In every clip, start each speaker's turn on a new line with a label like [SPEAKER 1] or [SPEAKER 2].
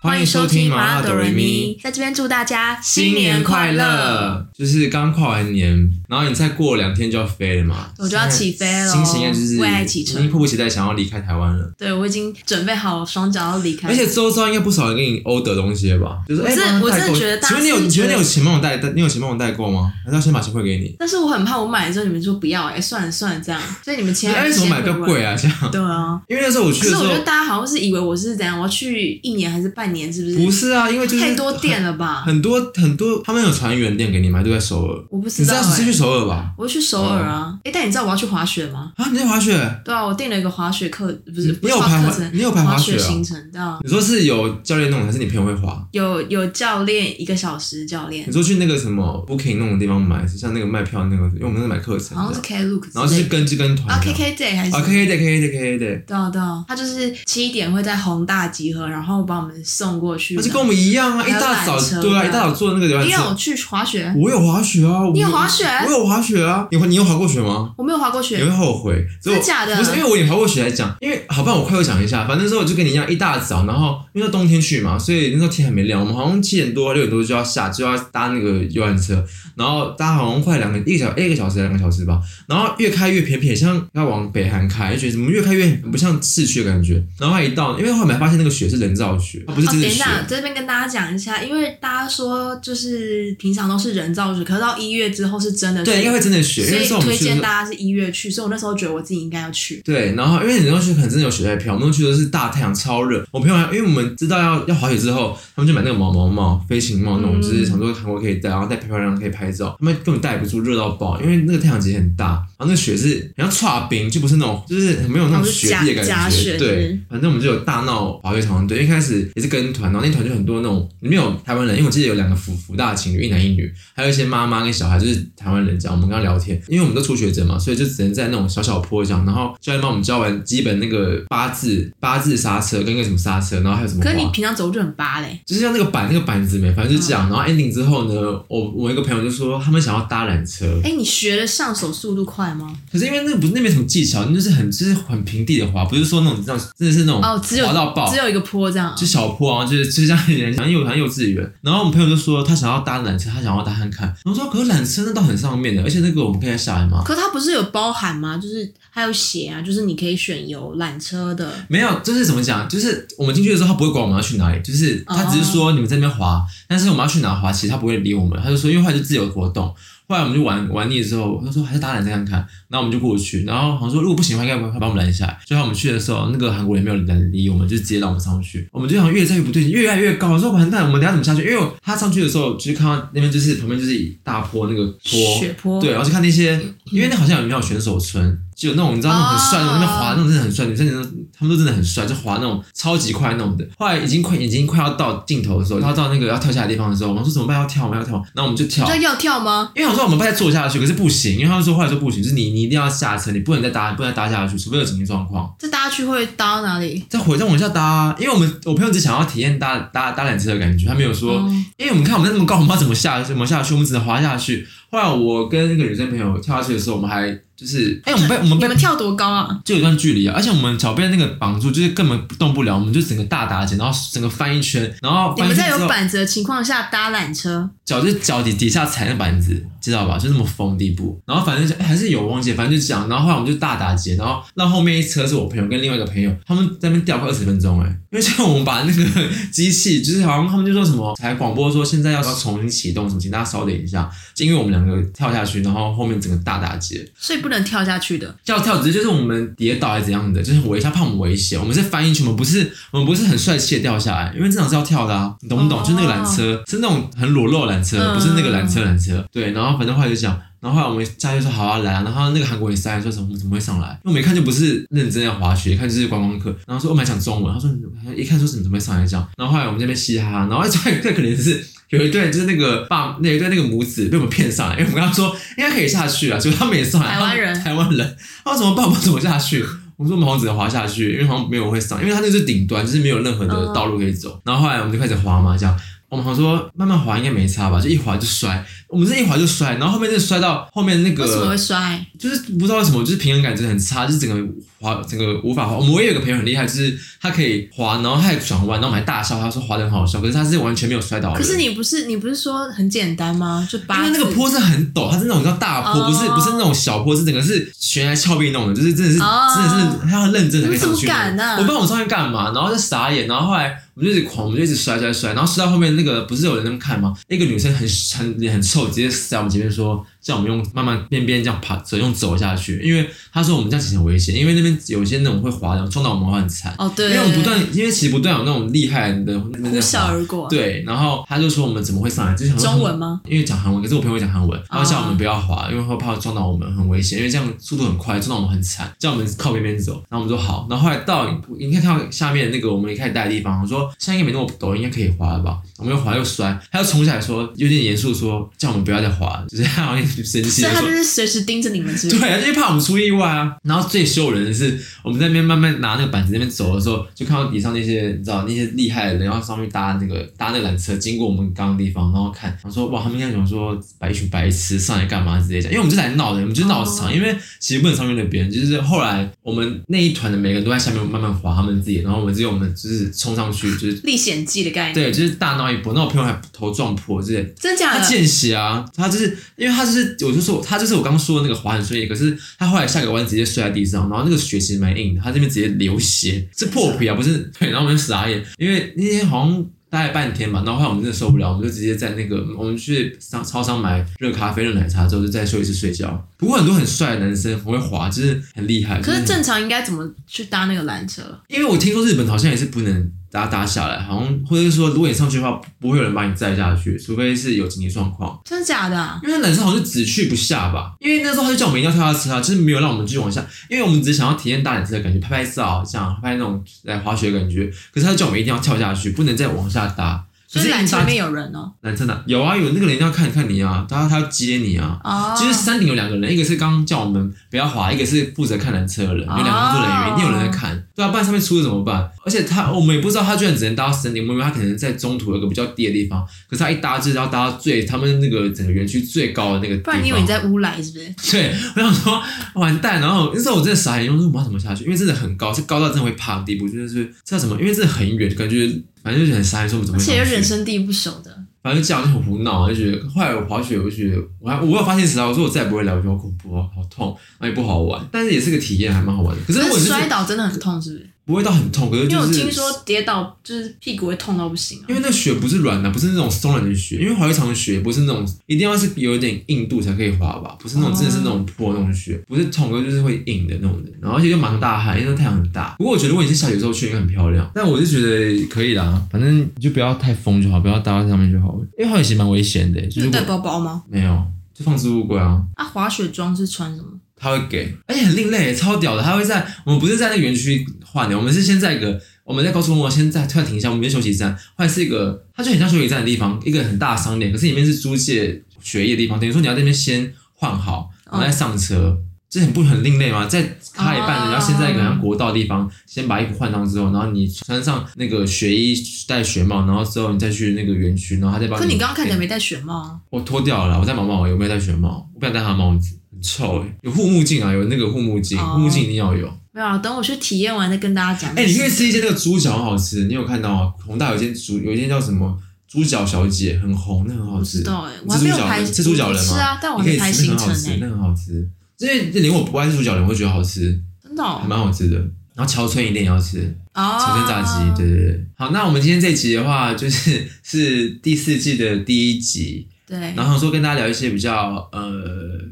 [SPEAKER 1] 欢迎收听麻辣哆瑞咪，
[SPEAKER 2] 在这边祝大家
[SPEAKER 1] 新年快！乐！就是刚跨完年，然后你再过两天就要飞了嘛，
[SPEAKER 2] 我就要起飞了，
[SPEAKER 1] 心情应该就是
[SPEAKER 2] 为爱启
[SPEAKER 1] 已经
[SPEAKER 2] 程。
[SPEAKER 1] 迫不及待想要离开台湾了。
[SPEAKER 2] 对，我已经准备好双脚要离开，
[SPEAKER 1] 而且周遭应该不少人给你 order 东西了吧？就是
[SPEAKER 2] 我
[SPEAKER 1] 哎，
[SPEAKER 2] 真的
[SPEAKER 1] 帮忙
[SPEAKER 2] 我真的
[SPEAKER 1] 代购
[SPEAKER 2] 觉得大
[SPEAKER 1] 请
[SPEAKER 2] 家
[SPEAKER 1] 问你有
[SPEAKER 2] 是
[SPEAKER 1] 你觉得你
[SPEAKER 2] 觉得
[SPEAKER 1] 有钱帮我代，你有钱帮我代购吗？还是要先把钱汇给你？
[SPEAKER 2] 但是我很怕我买了之后你们说不要，哎，算了算了这样，所以你们钱
[SPEAKER 1] 哎，
[SPEAKER 2] 还
[SPEAKER 1] 为
[SPEAKER 2] 是
[SPEAKER 1] 什么
[SPEAKER 2] 先
[SPEAKER 1] 买比较
[SPEAKER 2] 回我
[SPEAKER 1] 贵啊？这样，
[SPEAKER 2] 对啊，
[SPEAKER 1] 因为那时候我
[SPEAKER 2] 可
[SPEAKER 1] 去的
[SPEAKER 2] 是
[SPEAKER 1] 时
[SPEAKER 2] 我觉
[SPEAKER 1] 候
[SPEAKER 2] 得大家好像是以为我是怎样，我要去一年还是半年，是不是？
[SPEAKER 1] 不是啊，因为就是
[SPEAKER 2] 太多店了吧？
[SPEAKER 1] 很多很多，他们有船员店给你买，对在首尔。
[SPEAKER 2] 我不
[SPEAKER 1] 你
[SPEAKER 2] 知
[SPEAKER 1] 知道
[SPEAKER 2] 道
[SPEAKER 1] 是
[SPEAKER 2] 哎、
[SPEAKER 1] 去首尔吧？
[SPEAKER 2] 我去首尔啊，哎、但你知道我要去滑雪吗？
[SPEAKER 1] 啊，你在滑雪？
[SPEAKER 2] 对啊，我订了一个滑雪课，不是不
[SPEAKER 1] 你有
[SPEAKER 2] 是滑
[SPEAKER 1] 排
[SPEAKER 2] 课
[SPEAKER 1] 滑
[SPEAKER 2] 程，
[SPEAKER 1] 你有排滑
[SPEAKER 2] 雪
[SPEAKER 1] 雪啊
[SPEAKER 2] 行程，对啊，
[SPEAKER 1] 你说是有教练弄，还是你朋友会滑？
[SPEAKER 2] 有有教练一个小时教练
[SPEAKER 1] 你，说去那个什
[SPEAKER 2] 嗯
[SPEAKER 1] 么 Booking 那种地方买，像那个卖票那个，因为我们那买课程
[SPEAKER 2] 好像
[SPEAKER 1] 这
[SPEAKER 2] 是
[SPEAKER 1] 样，
[SPEAKER 2] K Look，
[SPEAKER 1] 然后就是跟就跟团
[SPEAKER 2] 哦啊
[SPEAKER 1] 哦这
[SPEAKER 2] K
[SPEAKER 1] 样
[SPEAKER 2] K Day 还是
[SPEAKER 1] 啊，K K 的 K K 的 K K 的，
[SPEAKER 2] 对啊对啊，他就是七点会在宏大集合，然后把我们送过去。
[SPEAKER 1] 而且跟我们一样啊，
[SPEAKER 2] 还
[SPEAKER 1] 一
[SPEAKER 2] 有
[SPEAKER 1] 大
[SPEAKER 2] 缆车
[SPEAKER 1] 早对啊，
[SPEAKER 2] 的
[SPEAKER 1] 一大早坐那个游览
[SPEAKER 2] 因为我
[SPEAKER 1] 车。
[SPEAKER 2] 去滑雪，
[SPEAKER 1] 我有滑雪啊，我
[SPEAKER 2] 你有滑雪
[SPEAKER 1] 我有滑雪啊，你你有滑过雪吗？
[SPEAKER 2] 我没有滑过
[SPEAKER 1] 你会
[SPEAKER 2] 雪，
[SPEAKER 1] 后悔，所以我
[SPEAKER 2] 真假的
[SPEAKER 1] 不是因为我也滑过雪来讲，因为好吧，我快速讲一下，反正那时候我就跟你一样，一大早，然后因为那冬天去嘛，所以那时候天还没亮，我们好像七点多啊六点多就要下，就要搭那个游览车，然后搭好像快两个一个小哎一个小时两个小时吧，然后越开越偏僻，像要往北韩开，就觉得怎么越开越不像市区的感觉，然后它一到，因为后来发现那个雪是人造雪，它不是
[SPEAKER 2] 哦，
[SPEAKER 1] 真
[SPEAKER 2] 等
[SPEAKER 1] 的
[SPEAKER 2] 一
[SPEAKER 1] 雪。
[SPEAKER 2] 下，这边跟大家讲一下，因为大家说就是平常都是人造雪，可是到一月之后是真的雪，
[SPEAKER 1] 对，应该会真的雪，因为那时
[SPEAKER 2] 所
[SPEAKER 1] 候
[SPEAKER 2] 以
[SPEAKER 1] 我们
[SPEAKER 2] 推
[SPEAKER 1] 去的时
[SPEAKER 2] 荐
[SPEAKER 1] 候
[SPEAKER 2] 大家是一月去，所以我那时候觉得我自己应该要去。
[SPEAKER 1] 对，然后因为你那时候去可能真的有雪在飘，我们那时候去的是大太阳超热。我朋友还因为我们知道要要滑雪之后，他们就买那个毛毛帽、飞行帽那种，
[SPEAKER 2] 嗯
[SPEAKER 1] 就是想说韩国可以戴，然后戴漂漂亮亮可以拍照。他们根本戴不住，热到爆，因为那个太阳其实很大，然后那个雪是很像串冰，就不是那种就是很没有那种
[SPEAKER 2] 哦是
[SPEAKER 1] 雪
[SPEAKER 2] 假
[SPEAKER 1] 地的感
[SPEAKER 2] 假
[SPEAKER 1] 觉。
[SPEAKER 2] 雪
[SPEAKER 1] 对
[SPEAKER 2] 嗯，
[SPEAKER 1] 反正我们就有大闹滑雪场队，一开始也是跟团，然后那团就很多那种里面有台湾人，因为我记得有两个福福大的情侣，一男一女，还有一些妈妈跟小孩，就是台湾人这样。我们跟他聊天，因为我们都初学者嘛，所以就只能在那种小小坡上，然后教练帮我们教完基本那个八字、八字刹车跟一个什么刹车，然后还有什么
[SPEAKER 2] 可是嗯你
[SPEAKER 1] 滑
[SPEAKER 2] 平常走路就很巴嘞，
[SPEAKER 1] 就是像那个板那个板子没，反正就这样。然后 ending 之后呢，我我一个朋友就说他们想要搭缆车，
[SPEAKER 2] 哎，你学的上手速度快吗？
[SPEAKER 1] 可是因为那个不那边什么技巧，那就是很就是很平地的滑，不是说那种这样真的是那种
[SPEAKER 2] 哦，只有
[SPEAKER 1] 滑到爆，
[SPEAKER 2] 只有一个坡这样啊
[SPEAKER 1] 就，小坡啊，就是就像有点像幼好像幼稚园。然后我们朋友就说他想要搭缆车，他想要搭看看。然后我说可是缆车那到很上面的，而且那个我们可以再下来吗？
[SPEAKER 2] 可它不是有包含吗？就是还有写啊，就是你可以选有缆车的，
[SPEAKER 1] 没有，就是怎么讲，就是我们进去的时候，他不会管我们要去哪里，就是他只是说你们在那边滑，但是我们要去哪滑，其实他不会理我们，他就说因为后来就自由活动，后来我们就玩玩腻之后，他说还是打缆车看看，然后我们就过去，然后好像说如果不行的话，应该会把我们拦下来。最后我们去的时候，那个韩国人没有拦理我们，就直接让我们上去，我们就想越站越不对劲，越来越高，我说完蛋，我们等一下怎么下去？因为我他上去的时候，就是看到那边就是旁边就是一大坡那个坡，
[SPEAKER 2] 雪坡
[SPEAKER 1] 对，然啊后就看那些，因为那好像有那种选手村，就有那种你知道那种很帅的，那种在滑那种真的很帅，女生真的他们都真的很帅，就滑那种超级快那种的。后来已经快已经快要到尽头的时候，要到那个要跳下来的地方的时候，我们说怎么办？要跳吗？要跳吗？然后我们就跳
[SPEAKER 2] 你知道。要跳吗？
[SPEAKER 1] 因为我说我们不再坐下去，可是不行，因为他们说后来说不行，就是你你一定要下车，你不能再搭，不能再搭下去，除非有紧急状况。
[SPEAKER 2] 这大家去会搭哪里？
[SPEAKER 1] 再回再往下搭啊，因为我们我朋友只想要体验搭搭搭缆车的感觉，他没有说，
[SPEAKER 2] 哦
[SPEAKER 1] 因为我们看我们那么高，我们不知道怎么下，怎么下去，我们只能滑下去。后来我跟那个女生朋友跳下去的时候，我们还就是，哎、我们被我们
[SPEAKER 2] 你
[SPEAKER 1] 被
[SPEAKER 2] 们跳多高啊？
[SPEAKER 1] 就有一段距离啊，而且我们脚被那个绑住，就是根本动不了，我们就整个大打结，然后整个翻一圈，然后
[SPEAKER 2] 你
[SPEAKER 1] 翻一
[SPEAKER 2] 们在
[SPEAKER 1] 圈之
[SPEAKER 2] 有
[SPEAKER 1] 后，
[SPEAKER 2] 板子的情况下搭缆车，
[SPEAKER 1] 脚就是脚底底下踩那板子，知道吧？就那么疯地步。然后反正就、哎还是有忘记，反正就这样。然后后来我们就大打结，然后让后面一车是我朋友跟另外一个朋友，他们在那边吊快二十分钟哎、因为像我们把那个机器，就是好像他们就说什么才广播说现在要重新启动什么，请大家稍等一下，就因为我们两个跳下去，然后后面整个大打结。
[SPEAKER 2] 所以不能跳下去的。
[SPEAKER 1] 跳跳直接就是我们跌倒还是怎样的，就是危他怕我们危险。我们是翻一圈，我们不是我们不是很帅气的掉下来，因为正常是要跳的啊，你懂不懂？
[SPEAKER 2] 哦
[SPEAKER 1] 就那个缆车是那种很裸露的缆车，
[SPEAKER 2] 嗯
[SPEAKER 1] 不是那个缆车缆车。对，然后反正后来就讲。然后后来我们下去说好啊来啊，然后那个韩国人塞说什么怎么会上来？因为我们一看就不是认真要滑雪，一看就是观光客。然后说我蛮讲中文，他说你一看说是你怎么会上来这样？然后后来我们这边嘻嘻哈哈，然后最 最可怜的是有一对就是那个爸那一对那个母子被我们骗上来，因为我们跟他说应该可以下去啊，结果 他们也上来，
[SPEAKER 2] 台湾人
[SPEAKER 1] 他们台湾人，他说怎么办？我们怎么下去？我说我们好像只能滑下
[SPEAKER 2] 嗯
[SPEAKER 1] 去，因为好像没有人会上，因为它那是顶端，就是没有任何的道路可以走。然后后来我们就开始滑嘛，这样，我们好像说慢慢滑应该没差吧，就一滑就摔，我们是一滑就摔，然后后面就摔到后面那
[SPEAKER 2] 为什么
[SPEAKER 1] 个
[SPEAKER 2] 会摔？
[SPEAKER 1] 就是不知道为什么，就是平衡感真的很差，就是整个滑整个无法滑。我们我也有个朋友很厉害，就是他可以滑，然后他也转弯，然后我们还大笑，他说滑的很好笑，可是他是完全没有摔倒的。
[SPEAKER 2] 可是你不是你不是说很简单吗？就
[SPEAKER 1] 因
[SPEAKER 2] 八
[SPEAKER 1] 为那个
[SPEAKER 2] 字
[SPEAKER 1] 坡是很陡，它是那种叫大坡，
[SPEAKER 2] 哦
[SPEAKER 1] 不是不是那种小坡，是整个是悬崖峭壁弄的，就是真的是、
[SPEAKER 2] 哦
[SPEAKER 1] 真的是他要认真才可以上
[SPEAKER 2] 你
[SPEAKER 1] 去。
[SPEAKER 2] 们怎么敢啊
[SPEAKER 1] 我不知道我们上去干嘛，然后就傻眼，然后后来我们就一直狂，我们就一直摔摔摔，然后摔到后面那个不是有人在那么看吗？那个女生很很脸很臭，直接在我们前面说叫我们用慢慢边边这样爬走，用走下去，因为她说我们这样其实很危险，因为那边有一些那种会滑的，撞到我们会很惨。
[SPEAKER 2] 哦，对，
[SPEAKER 1] 因为我们不断，因为其实不断有那种厉害的人在那
[SPEAKER 2] 呼
[SPEAKER 1] 边
[SPEAKER 2] 啸
[SPEAKER 1] 滑
[SPEAKER 2] 而过。
[SPEAKER 1] 对，然后他就说我们怎么会上来？就是想说
[SPEAKER 2] 啊中文吗？啊
[SPEAKER 1] 因为讲韩文，可是我朋友会讲韩文，然后叫我们不要滑，因为会怕撞到我们，很危险，因为这样速度很快，撞到我们很惨，叫我们靠边边走。然后我们说好，然后后来到应该看到下面那个我们一开始待的地方，我说现在应该没那么陡，应该可以滑了吧？我们又滑又摔，他又冲下来说，有点严肃说叫我们不要再滑了，就是他好像有点生气
[SPEAKER 2] 所以
[SPEAKER 1] 的
[SPEAKER 2] 他
[SPEAKER 1] 说
[SPEAKER 2] 就。是随时盯着你们，是不
[SPEAKER 1] 对
[SPEAKER 2] 是？
[SPEAKER 1] 啊，就是怕我们出意外啊。然后最羞人的是，我们在那边慢慢拿那个板子在那边走的时候，就看到底上那些你知道那些厉害的人，然后上面搭那个搭那个缆车经过我们刚刚的地方，然后看，然后说哇，他们应该想说把一群白痴上来干嘛之类的，因为我们就来闹的，我们就是闹场，因为其实不能上面那边，就是后来我们那一团的每个人都在下面慢慢滑他们自己，然后我们只有我们就是冲上去，就是
[SPEAKER 2] 历险记的概念，
[SPEAKER 1] 对，就是大闹一波。那我朋友还头撞破之类的，
[SPEAKER 2] 真假
[SPEAKER 1] 他
[SPEAKER 2] 的？
[SPEAKER 1] 见血啊，他就是因为他就是，我就说他就是我刚说的那个滑很顺利，可是他后来下个弯直接摔在地上，然后那个血其实蛮硬的，他这边直接流血，是破皮啊，不是对，然后我们就傻眼，因为那天好像。待了半天吧，然后后来我们真的受不了，我们就直接在那个我们去商超商买热咖啡、热奶茶之后，就再休息室睡觉。不过很多很帅的男生很会滑，就是很厉害。
[SPEAKER 2] 可
[SPEAKER 1] 就是很
[SPEAKER 2] 正常应该怎么去搭那个缆车？
[SPEAKER 1] 因为我听说日本好像也是不能搭搭下来，好像或者是说，如果你上去的话，不会有人把你载下去，除非是有紧急状况。
[SPEAKER 2] 真的假的啊？
[SPEAKER 1] 因为那男生好像就只去不下吧，因为那时候他就叫我们一定要跳下车啊，就是没有让我们继续往下，因为我们只想要体验大缆车的感觉，拍拍照，这样拍那种来滑雪的感觉。可是他就叫我们一定要跳下去，不能再往下搭。
[SPEAKER 2] 所以
[SPEAKER 1] 可是
[SPEAKER 2] 缆
[SPEAKER 1] 一
[SPEAKER 2] 车
[SPEAKER 1] 搭
[SPEAKER 2] 里面有人哦。
[SPEAKER 1] 缆车呢？有啊，有那个人一定要看看你啊，他他要接你啊。
[SPEAKER 2] 哦，
[SPEAKER 1] 其实山顶有两个人，一个是刚刚叫我们不要滑，一个是负责看缆车的人，有两个工作人员，
[SPEAKER 2] 哦
[SPEAKER 1] 一定有人在看，对啊，不然上面出了怎么办？而且他我们也不知道他居然只能搭到山顶，我们以为他可能在中途有个比较低的地方，可是他一搭就是要搭到最他们那个整个园区最高的那个地方。
[SPEAKER 2] 不然你以为你在乌来是不是？
[SPEAKER 1] 对，我想说完蛋，然后那时候我真的傻眼，我说我们要怎么下去？因为真的很高，是高到真的会怕的地步，就是这怎么？因为真的很远，感觉反正就是很傻眼，说我们怎
[SPEAKER 2] 而
[SPEAKER 1] 么会
[SPEAKER 2] 且又
[SPEAKER 1] 上去
[SPEAKER 2] 人生地不熟的，
[SPEAKER 1] 反正这样就很胡闹，就觉得后来我滑雪，我就觉得我还我有发现时来，我说我再也不会来，我觉得好恐怖哦，好痛，那也不好玩，但是也是个体验，还蛮好玩的。可是
[SPEAKER 2] 可
[SPEAKER 1] 我
[SPEAKER 2] 是
[SPEAKER 1] 是
[SPEAKER 2] 摔倒真的很痛，是不是？
[SPEAKER 1] 不会到很痛，可是
[SPEAKER 2] 因为
[SPEAKER 1] 就
[SPEAKER 2] 我
[SPEAKER 1] 是
[SPEAKER 2] 听说跌倒就是屁股会痛到不行啊
[SPEAKER 1] 因。为那雪不是软的，不是那种松软的雪，因为滑雪场的雪不是那种一定要是有一点硬度才可以滑吧，不是那种
[SPEAKER 2] 哦
[SPEAKER 1] 真的是那种破那种雪，不是痛哥就是会硬的那种的，然后而且又蛮大汗，因为那太阳很大。不过我觉得如果你是下雪之后去应该很漂亮，但我就觉得可以啦，反正你就不要太疯就好，不要搭在上面就好了，因为滑雪其实蛮危险的、就是
[SPEAKER 2] 有
[SPEAKER 1] 如果
[SPEAKER 2] 带包包吗？
[SPEAKER 1] 没有，就放置物柜啊。
[SPEAKER 2] 啊，滑雪装是穿什么？
[SPEAKER 1] 他会给，而且很另类，超屌的。他会在我们不是在那个园区换的，我们是先在一个我们在高速公路啊先在突然停一下，我们是休息站，后来是一个它就很像休息站的地方，一个很大的商店，可是里面是租借学业的地方，等于说你要在那边先换好，
[SPEAKER 2] 嗯
[SPEAKER 1] 然后再上车。这很不很另类吗？在开一半，
[SPEAKER 2] 哦
[SPEAKER 1] 你要先在一个好像国道的地方，先把衣服换上之后，然后你穿上那个学衣戴雪帽，然后之后你再去那个园区，然后他再帮
[SPEAKER 2] 可你刚刚看起
[SPEAKER 1] 给
[SPEAKER 2] 来没戴雪帽啊。
[SPEAKER 1] 我脱掉了啦，我戴毛毛，有没有戴雪帽？我不想戴他的帽子，很臭哎、有护目镜啊，有那个护目镜，
[SPEAKER 2] 哦
[SPEAKER 1] 护目镜一定要有。
[SPEAKER 2] 没有啊，等我去体验完再跟大家讲。
[SPEAKER 1] 哎、你可以吃一间那个猪脚，很好吃，你有看到啊？宏大有一间猪，有一间叫什么猪脚小姐，很红，那很好吃。
[SPEAKER 2] 知道哎、
[SPEAKER 1] 你吃
[SPEAKER 2] 我还
[SPEAKER 1] 猪
[SPEAKER 2] 没有
[SPEAKER 1] 脚
[SPEAKER 2] 排
[SPEAKER 1] 人吃猪脚人吗？
[SPEAKER 2] 是啊，但我还
[SPEAKER 1] 你可
[SPEAKER 2] 没
[SPEAKER 1] 以
[SPEAKER 2] 排
[SPEAKER 1] 吃，
[SPEAKER 2] 行
[SPEAKER 1] 那很好
[SPEAKER 2] 程
[SPEAKER 1] 吃，
[SPEAKER 2] 哎、
[SPEAKER 1] 那很好吃。因为连我不爱吃猪脚人，我会觉得好吃，
[SPEAKER 2] 真的哦
[SPEAKER 1] 还蛮好吃的。然后桥村一定要吃，
[SPEAKER 2] 哦，
[SPEAKER 1] 潮汕炸鸡，对对对。好，那我们今天这集的话，就是是第四季的第一集，
[SPEAKER 2] 对
[SPEAKER 1] 然后说跟大家聊一些比较呃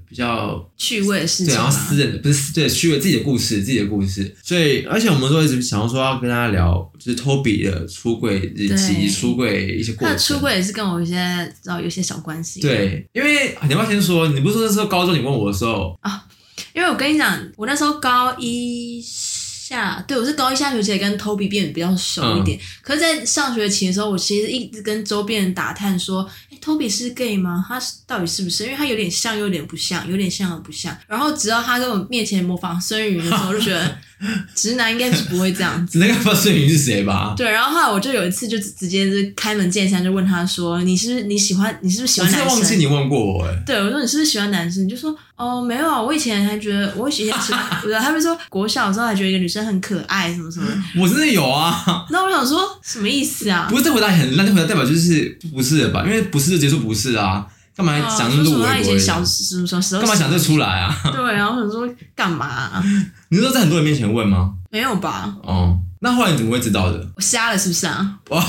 [SPEAKER 1] 比较
[SPEAKER 2] 趣味的事
[SPEAKER 1] 对，
[SPEAKER 2] 情啊
[SPEAKER 1] 然
[SPEAKER 2] 嘛
[SPEAKER 1] 后私人的不是私对虚伪自己的故事，自己的故事。所以，而且我们说一直想要说要跟大家聊，就是 Toby 的出柜日记、
[SPEAKER 2] 对
[SPEAKER 1] 出柜一些过程。
[SPEAKER 2] 他的出柜也是跟我有一些知道有一些小关系。，
[SPEAKER 1] 对，因为你要不要先说？你不是说那时候高中你问我的时候，
[SPEAKER 2] 啊因为我跟你讲，我那时候高一下，对我是高一下学期跟 Toby 变得比较熟
[SPEAKER 1] 嗯
[SPEAKER 2] 一点。可是，在上学期的时候，我其实一直跟周边人打探说，哎、t o b y 是 gay 吗？他是到底是不是？因为他有点像，又有点不像，有点像又不像。然后，直到他跟我面前模仿孙宇的时候，我就觉得直男应该是不会 这样子。
[SPEAKER 1] 只能看不知道孙云是谁吧？
[SPEAKER 2] 对，然后后来我就有一次就直直接就开门见山就问他说：“你是不是你喜欢你是不是喜
[SPEAKER 1] 我
[SPEAKER 2] 欢
[SPEAKER 1] 真的
[SPEAKER 2] 男
[SPEAKER 1] 忘记
[SPEAKER 2] 生
[SPEAKER 1] 你问过我哎、？”
[SPEAKER 2] 对，我说你是不是喜欢男生？你就说哦没有啊，我以前还觉得我以前 喜欢，对，他们说国小的时候还觉得一个女生很可爱什么什么的。
[SPEAKER 1] 我真的有啊。
[SPEAKER 2] 那我想说什么意思啊？
[SPEAKER 1] 不是这回答很烂，这回答代表就是不是了吧？因为不是就结束不是啊，干嘛
[SPEAKER 2] 啊
[SPEAKER 1] 讲
[SPEAKER 2] 说
[SPEAKER 1] 那
[SPEAKER 2] 什
[SPEAKER 1] 么
[SPEAKER 2] 么
[SPEAKER 1] 多
[SPEAKER 2] 他以
[SPEAKER 1] 微
[SPEAKER 2] 前
[SPEAKER 1] 博？
[SPEAKER 2] 小什么时候
[SPEAKER 1] 干嘛想这出来啊？
[SPEAKER 2] 对，然后我想说干嘛啊、
[SPEAKER 1] 你是说在很多人面前问吗？
[SPEAKER 2] 没有吧？
[SPEAKER 1] 哦，那后来你怎么会知道的？
[SPEAKER 2] 我瞎了是不是啊？
[SPEAKER 1] 哦，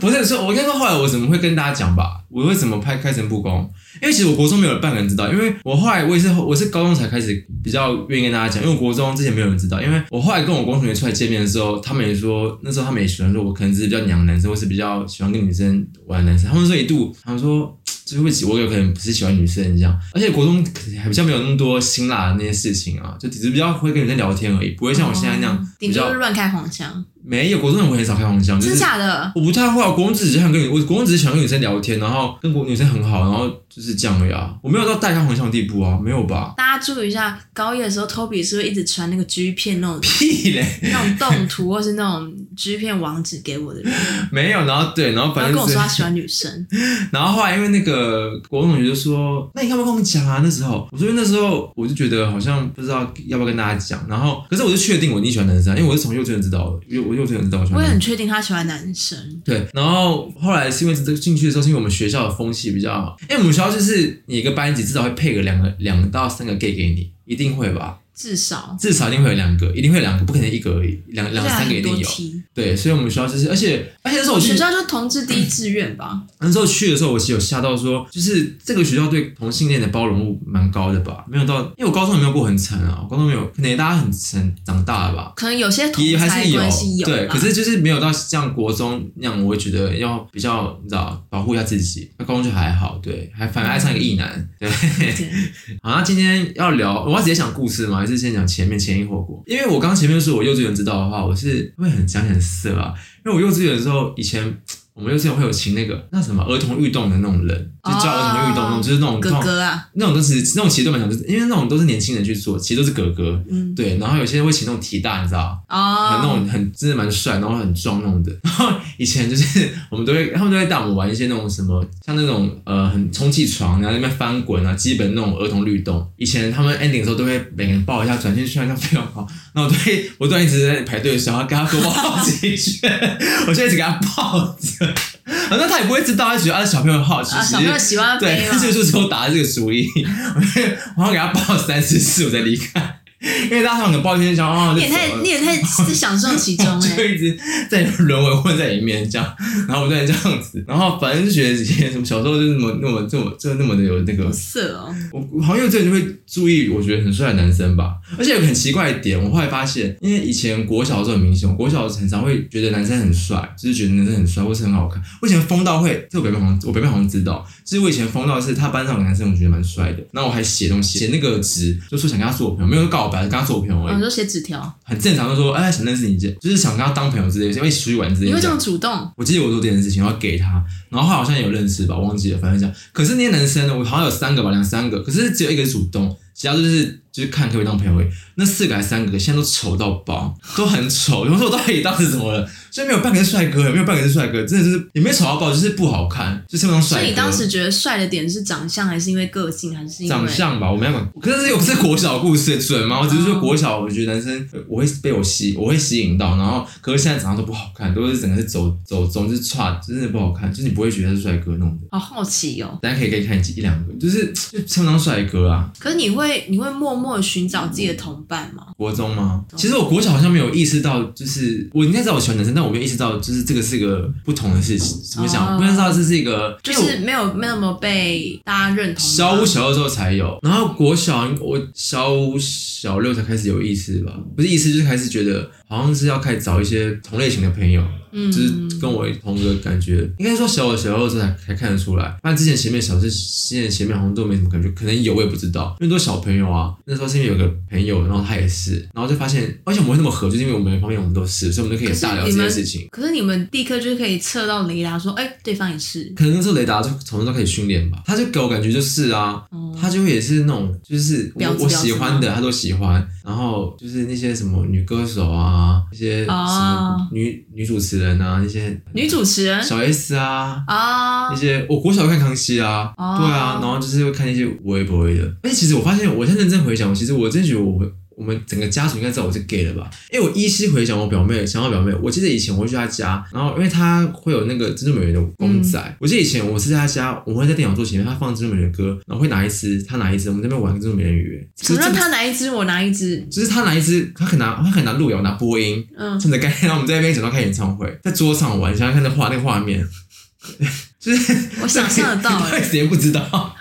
[SPEAKER 1] 不是说，我应该说后来我怎么会跟大家讲吧？我为什么拍开诚布公？因为其实我国中没有半个人知道，因为我后来我也是我是高中才开始比较愿意跟大家讲，因为我国中之前没有人知道，因为我后来跟我国中同学出来见面的时候，他们也说那时候他们也喜欢说我可能只是比较娘的男生，或是比较喜欢跟女生玩的男生，他们说一度他们说。就是会我有可能不是喜欢女生这样，而且国中可能还比较没有那么多辛辣的那些事情啊，就只是比较会跟女生聊天而已，不会像我现在那样、
[SPEAKER 2] 哦
[SPEAKER 1] 比
[SPEAKER 2] 顶多
[SPEAKER 1] 较
[SPEAKER 2] 就是乱开黄腔，
[SPEAKER 1] 没有国中我很少开黄腔，就
[SPEAKER 2] 真
[SPEAKER 1] 是
[SPEAKER 2] 假的？
[SPEAKER 1] 我不太会啊，我国中只是想跟女，我国中只是想跟女生聊天，然后跟国女生很好，然后就是这样而已啊。我没有到带她回向的地步啊，没有吧？
[SPEAKER 2] 大家注意一下，高一的时候，Toby 是会一直传那个 G 片那种
[SPEAKER 1] 屁嘞，
[SPEAKER 2] 那种动图，或是那种 G 片网址给我 的人，
[SPEAKER 1] 没有。然后对，然后
[SPEAKER 2] 然
[SPEAKER 1] 反
[SPEAKER 2] 后跟
[SPEAKER 1] 正、
[SPEAKER 2] 我
[SPEAKER 1] 就是
[SPEAKER 2] 说，他喜欢女生，
[SPEAKER 1] 然后后来因为那个国中同学就说，那你干嘛跟我们讲啊？那时候我说因为那时候我就觉得好像不知道要不要跟大家讲，然后可是我就确定我一定喜欢男生啊，因为我是从幼稚园知道的，因为我幼稚园知道我喜
[SPEAKER 2] 我
[SPEAKER 1] 欢
[SPEAKER 2] 也
[SPEAKER 1] 男生
[SPEAKER 2] 很。确定他喜欢男生。
[SPEAKER 1] 对，然后后来是因为这个进去的时候，是因为我们学校的风气比较好，因为我们学校就是你一个班级至少会配个两个两到三个 gay 给你，一定会吧？
[SPEAKER 2] 至少，
[SPEAKER 1] 至少一定会有两个，一定会有两个，不可能一个而已，两两
[SPEAKER 2] 而且还
[SPEAKER 1] 三个一
[SPEAKER 2] 啊很多
[SPEAKER 1] 定有。
[SPEAKER 2] T。
[SPEAKER 1] 对，所以我们学校就是，而且而且那时候
[SPEAKER 2] 我
[SPEAKER 1] 我去
[SPEAKER 2] 学校就同志第一志 愿吧，
[SPEAKER 1] 那时候去的时候，我其实有吓到说，就是这个学校对同性恋的包容度蛮高的吧？没有到，因为我高中也没有过很惨啊，我高中没有，可能大家很很长大了吧。
[SPEAKER 2] 可能有些同
[SPEAKER 1] 也还
[SPEAKER 2] 才
[SPEAKER 1] 是有
[SPEAKER 2] 关系，有
[SPEAKER 1] 对，
[SPEAKER 2] 啦
[SPEAKER 1] 可是就是没有到像国中那样，我会觉得要比较，你知道，保护一下自己。那高中就还好，对，还反而爱上一个异 男，对。
[SPEAKER 2] 对
[SPEAKER 1] 好，啊那今天要聊，我要直接讲故事吗？还是先讲前面前因后果？因为我刚前面说我幼稚园知道的话，我是会很讲起来很色啊。因为我幼稚园的时候，以前我们幼稚园会有请那个那什么儿童运动的那种人，就教儿童运动那种，
[SPEAKER 2] 哦
[SPEAKER 1] 就是那种
[SPEAKER 2] 哥哥啊，
[SPEAKER 1] 那种都是那种其实都蛮想，因为那种都是年轻人去做，其实都是哥哥。
[SPEAKER 2] 嗯，
[SPEAKER 1] 对，然后有些人会请那种体大，你知道，很那
[SPEAKER 2] 哦，
[SPEAKER 1] 种很真的蛮帅，然后很壮那种的。 然后以前就是我们都会，他们都会带我们玩一些那种什么，像那种呃很充气床，然后在那边翻滚啊，基本那种儿童律动。以前他们 ending 的时候都会每个人抱一下，转圈圈，像非常好。那我对我都一直在排队的时候，跟他多抱几圈，我就一直给他抱着。反正他也不会知道，他觉得啊小朋友好奇，
[SPEAKER 2] 啊，
[SPEAKER 1] 只是
[SPEAKER 2] 小朋友喜欢
[SPEAKER 1] 对
[SPEAKER 2] 飞，嘛
[SPEAKER 1] 他，就是说打这个主意， 我要给他抱三四次，我再离开。因为大家可能抱一圈想啊，
[SPEAKER 2] 你
[SPEAKER 1] 就
[SPEAKER 2] 也
[SPEAKER 1] 走
[SPEAKER 2] 太
[SPEAKER 1] 了
[SPEAKER 2] 你也太享受其中 哎、
[SPEAKER 1] 就一直在轮回混在里面这样，然后我在这样子，然后反正就觉得以前什么小时候就是那么那么这么就那么的有那个
[SPEAKER 2] 好，色哦，
[SPEAKER 1] 我我好像幼稚园就会注意我觉得很帅的男生吧，而且有个很奇怪的点，我后来发现，因为以前国小的时候很明显，我国小很常会觉得男生很帅，就是觉得男生很帅或是很好看。我以前疯到会，这我表妹好像我表妹好像知道，就是我以前疯到是他班上的男生我觉得蛮帅的，然后我还写东西写那个纸，就说想跟他做我朋友，没有告白，跟他做我朋友而
[SPEAKER 2] 我
[SPEAKER 1] 已
[SPEAKER 2] 们。就写纸条，
[SPEAKER 1] 很正常，就说哎想认识你，就是想跟他当朋友之类的，因为一起出去玩之类
[SPEAKER 2] 你会这
[SPEAKER 1] 的
[SPEAKER 2] 么。主动？
[SPEAKER 1] 我记得我做这件事情，然后给他，然后后来好像有认识吧，我忘记了，反正这样。可是那些男生呢，我好像有三个吧，两三个，可是只有一个是主动，其他就是就是看可不可以当朋友而已。那四个还三个，现在都丑到爆，都很丑。我说我到底当时怎么了？所以没有半个是帅哥，也没有半个是帅哥，真的就是也没有丑到爆，就是不好看，就称不上帅
[SPEAKER 2] 所
[SPEAKER 1] 哥。
[SPEAKER 2] 以你当时觉得帅的点是长相，还是因为个性，还是因
[SPEAKER 1] 长
[SPEAKER 2] 为？
[SPEAKER 1] 相吧，我没办法。可是有这国小故事准吗？我只是说
[SPEAKER 2] 哦
[SPEAKER 1] 国小，我觉得男生呃我会被我吸，我会吸引到，然后可是现在长相都不好看，都是整个是走走总是差，真的不好看，就是你不会觉得他是帅哥弄的。
[SPEAKER 2] 好好奇哦，
[SPEAKER 1] 大家可以可以看一两个，就是就称不上帅哥啊。
[SPEAKER 2] 可是你会你会默默地寻找自己的同伴吗？
[SPEAKER 1] 国中吗？其实我国小好像没有意识到，就是我应该知道我喜欢男生，但我没有意识到，就是这个是个不同的事情。怎么讲？
[SPEAKER 2] 哦
[SPEAKER 1] 不知道这是一个，
[SPEAKER 2] 就
[SPEAKER 1] 因为我
[SPEAKER 2] 是没有没有那么被大家认同吗。
[SPEAKER 1] 小五、小六之后才有，然后国小我小五、小六才开始有意思吧，不是意思，就是开始觉得好像是要开始找一些同类型的朋友，
[SPEAKER 2] 嗯
[SPEAKER 1] 就是跟我同一个感觉。应该说小我小时候这才才看得出来，不然之前前面小是之前前面好像都没什么感觉，可能有我也不知道，因为都是小朋友啊。那时候是因为有个朋友，然后他也是，然后就发现，而且我们会那么合，就是因为我们方面我们都是，所以我们就可以大聊这件事情。
[SPEAKER 2] 可是你们立刻就可以测到雷达说，哎、对方也是。
[SPEAKER 1] 可能那时候雷达就从那可以训练吧，他就给我感觉就是啊，
[SPEAKER 2] 哦
[SPEAKER 1] 他就会也是那种，就是我
[SPEAKER 2] 婊子
[SPEAKER 1] 我
[SPEAKER 2] 婊子
[SPEAKER 1] 喜欢的他都喜欢，然后就是那些什么女歌手啊，一些什么
[SPEAKER 2] 哦
[SPEAKER 1] 女、女主持人啊，那些
[SPEAKER 2] 女主持人
[SPEAKER 1] 小 S 啊，
[SPEAKER 2] 啊
[SPEAKER 1] 那，些我国小看康熙啊，
[SPEAKER 2] 哦
[SPEAKER 1] 对啊，然后就是会看一些微博的。而且其实我发现，我现在认真回想，其实我真觉得我们我们整个家族应该知道我是 gay 了吧？因为我依稀回想我表妹，想到表妹，我记得以前我会去她家，然后因为她会有那个珍珠美人的公仔，
[SPEAKER 2] 嗯
[SPEAKER 1] 我记得以前我是在她家，我会在电脑桌前面，她放珍珠美人的歌，然后会拿一只，她拿一只，我们在那边玩珍珠美人鱼，
[SPEAKER 2] 怎么让
[SPEAKER 1] 就是
[SPEAKER 2] 他拿一只，我拿一只？
[SPEAKER 1] 就是她拿一只，她可能拿她可能拿路遥，我拿波音，
[SPEAKER 2] 嗯，
[SPEAKER 1] 趁着概念，然后我们在那边假装看演唱会，在桌上玩，想想看那画那个画面， 就是
[SPEAKER 2] 我想 象得到欸
[SPEAKER 1] 到一时也不知道。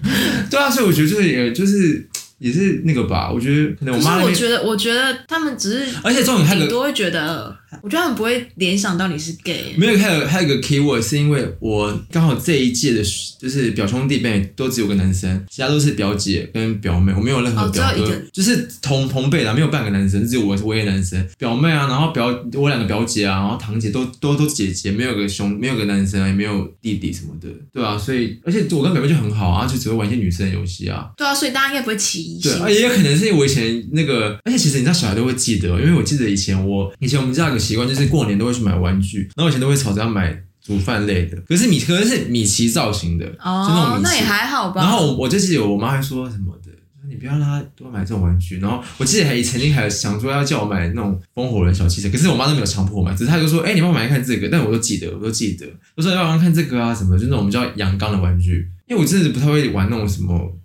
[SPEAKER 1] 对啊，所以我觉得就是也就是也是那个吧，我觉得可能我
[SPEAKER 2] 可是
[SPEAKER 1] 妈那
[SPEAKER 2] 我
[SPEAKER 1] 边，
[SPEAKER 2] 觉得，我觉得他们只是
[SPEAKER 1] 而且重点还有
[SPEAKER 2] 顶
[SPEAKER 1] 个
[SPEAKER 2] 多会觉得，我觉得他们不会联想到你是 gay。
[SPEAKER 1] 没有还有还有一个 keyword 是因为我刚好这一届的，就是表兄弟妹都只有个男生，其他都是表姐跟表妹，我没有任何
[SPEAKER 2] 哦只有
[SPEAKER 1] 表哥，
[SPEAKER 2] 一个
[SPEAKER 1] 就是同同辈的，没有半个男生，只有我我一个男生，表妹啊，然后表我两个表姐啊，然后堂姐都都都姐姐，没有个兄，没有个男生啊，也没有弟弟什么的，对啊，所以而且我跟表妹就很好啊，就只会玩一些女生的游戏啊，
[SPEAKER 2] 对啊，所以大家应该不会起疑
[SPEAKER 1] 对，啊哎
[SPEAKER 2] 心。
[SPEAKER 1] 而且也有可能是因为我以前那个，而且其实你知道小孩都会记得，因为我记得以前我以前我们家有个习惯，就是过年都会去买玩具，然后以前都会吵着要买煮饭类的，可是米可是米奇造型的，就那种
[SPEAKER 2] 哦，
[SPEAKER 1] 米
[SPEAKER 2] 那也
[SPEAKER 1] 奇。
[SPEAKER 2] 还好吧。
[SPEAKER 1] 然后我我就记得我妈还说什么的，说你不要让她多买这种玩具。然后我记得还曾经还想说要叫我买那种风火轮小汽车，可是我妈都没有强迫我买，只是她就说，哎、你帮我买看这个，但我都记得，我都记得，我说要不要看这个啊什么，就那种我们叫阳刚的玩具，因为我真的不太会玩那种什么。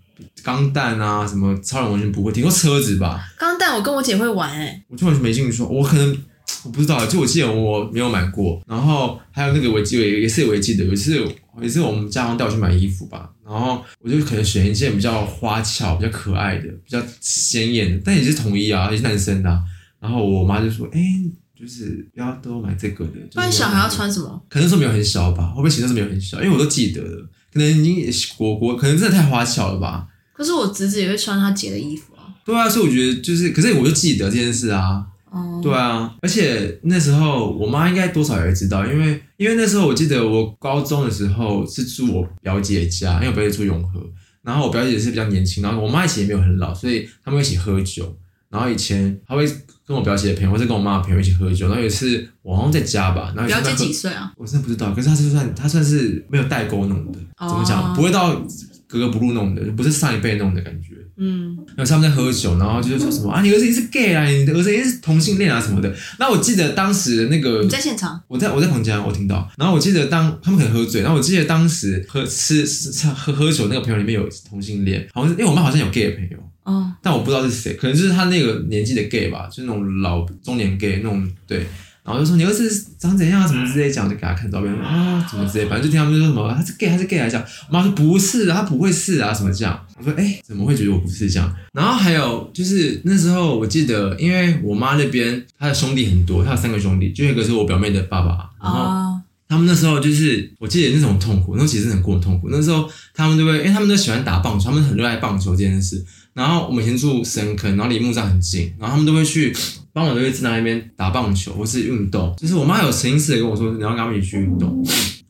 [SPEAKER 1] 钢弹啊，什么超人完全不会，顶多车子吧，
[SPEAKER 2] 钢弹我跟我姐会玩、哎，
[SPEAKER 1] 我就完全没兴趣。我可能我不知道，就我记得我没有买过。然后还有那个我记得也是我也记得，有一次有一次我们家人带我去买衣服吧，然后我就可能选一件比较花俏、比较可爱的、比较鲜艳的，但也是统一啊，也是男生的啊、然后我妈就说：“哎、就是不要都买这个的。就是”
[SPEAKER 2] 不然小孩要穿什么？
[SPEAKER 1] 可能那时候没有很小吧，会不会其实那时候没有很小？因为我都记得了，可能已经国国，可能真的太花俏了吧。
[SPEAKER 2] 可是我侄子也会穿他姐的衣服啊。
[SPEAKER 1] 对啊，所以我觉得就是，可是我就记得这件事啊，
[SPEAKER 2] 哦，
[SPEAKER 1] 对啊，而且那时候我妈应该多少也会知道，因为因为那时候我记得我高中的时候是住我表姐家，因为我表姐住永和，然后我表姐是比较年轻，然后我妈以前也没有很老，所以他们会一起喝酒，然后以前她会跟我表姐的朋友或者跟我妈的朋友一起喝酒，然后有一次我好像在家吧，然后有
[SPEAKER 2] 表
[SPEAKER 1] 一次她
[SPEAKER 2] 姐
[SPEAKER 1] 喝
[SPEAKER 2] 几岁啊？
[SPEAKER 1] 我真的不知道，可是他是算他算是没有代沟那种的，
[SPEAKER 2] 哦
[SPEAKER 1] 怎么讲，不会到格格不入那种的，不是上一辈那种的感觉。
[SPEAKER 2] 嗯，
[SPEAKER 1] 然后他们在喝酒，然后就是说什么啊，你儿子也是 gay 啊，你的儿子也是同性恋啊什么的。那我记得当时的那个
[SPEAKER 2] 嗯你在现场？
[SPEAKER 1] 我在我在旁边，我听到。然后我记得当他们可能喝醉，然后我记得当时喝吃吃吃喝喝酒那个朋友里面有同性恋，好像是因为我妈好像有 gay 的朋友，
[SPEAKER 2] 哦，
[SPEAKER 1] 但我不知道是谁，可能就是他那个年纪的 gay 吧，就是那种老中年 gay 那种对。然后就说你儿子长怎样啊，什么之类讲，就给他看照片啊，什么之类，反正就听他们说什么他是 gay 他是 gay 来讲，我妈说不是啊，他不会是啊，什么这样。我说哎、怎么会觉得我不是这样？然后还有就是那时候我记得，因为我妈那边她的兄弟很多，她有三个兄弟，就有一个是我表妹的爸爸，然后
[SPEAKER 2] 哦，
[SPEAKER 1] 他们那时候就是，我记得那种痛苦，那时候其实很过很痛苦。那时候他们就会，因为他们都喜欢打棒球，他们很热爱棒球这件事。然后我们以前住深坑，然后离木栅很近，然后他们都会去傍晚都会在那边打棒球或是运动。就是我妈有潜意识的跟我说，你要跟他们一起去运动，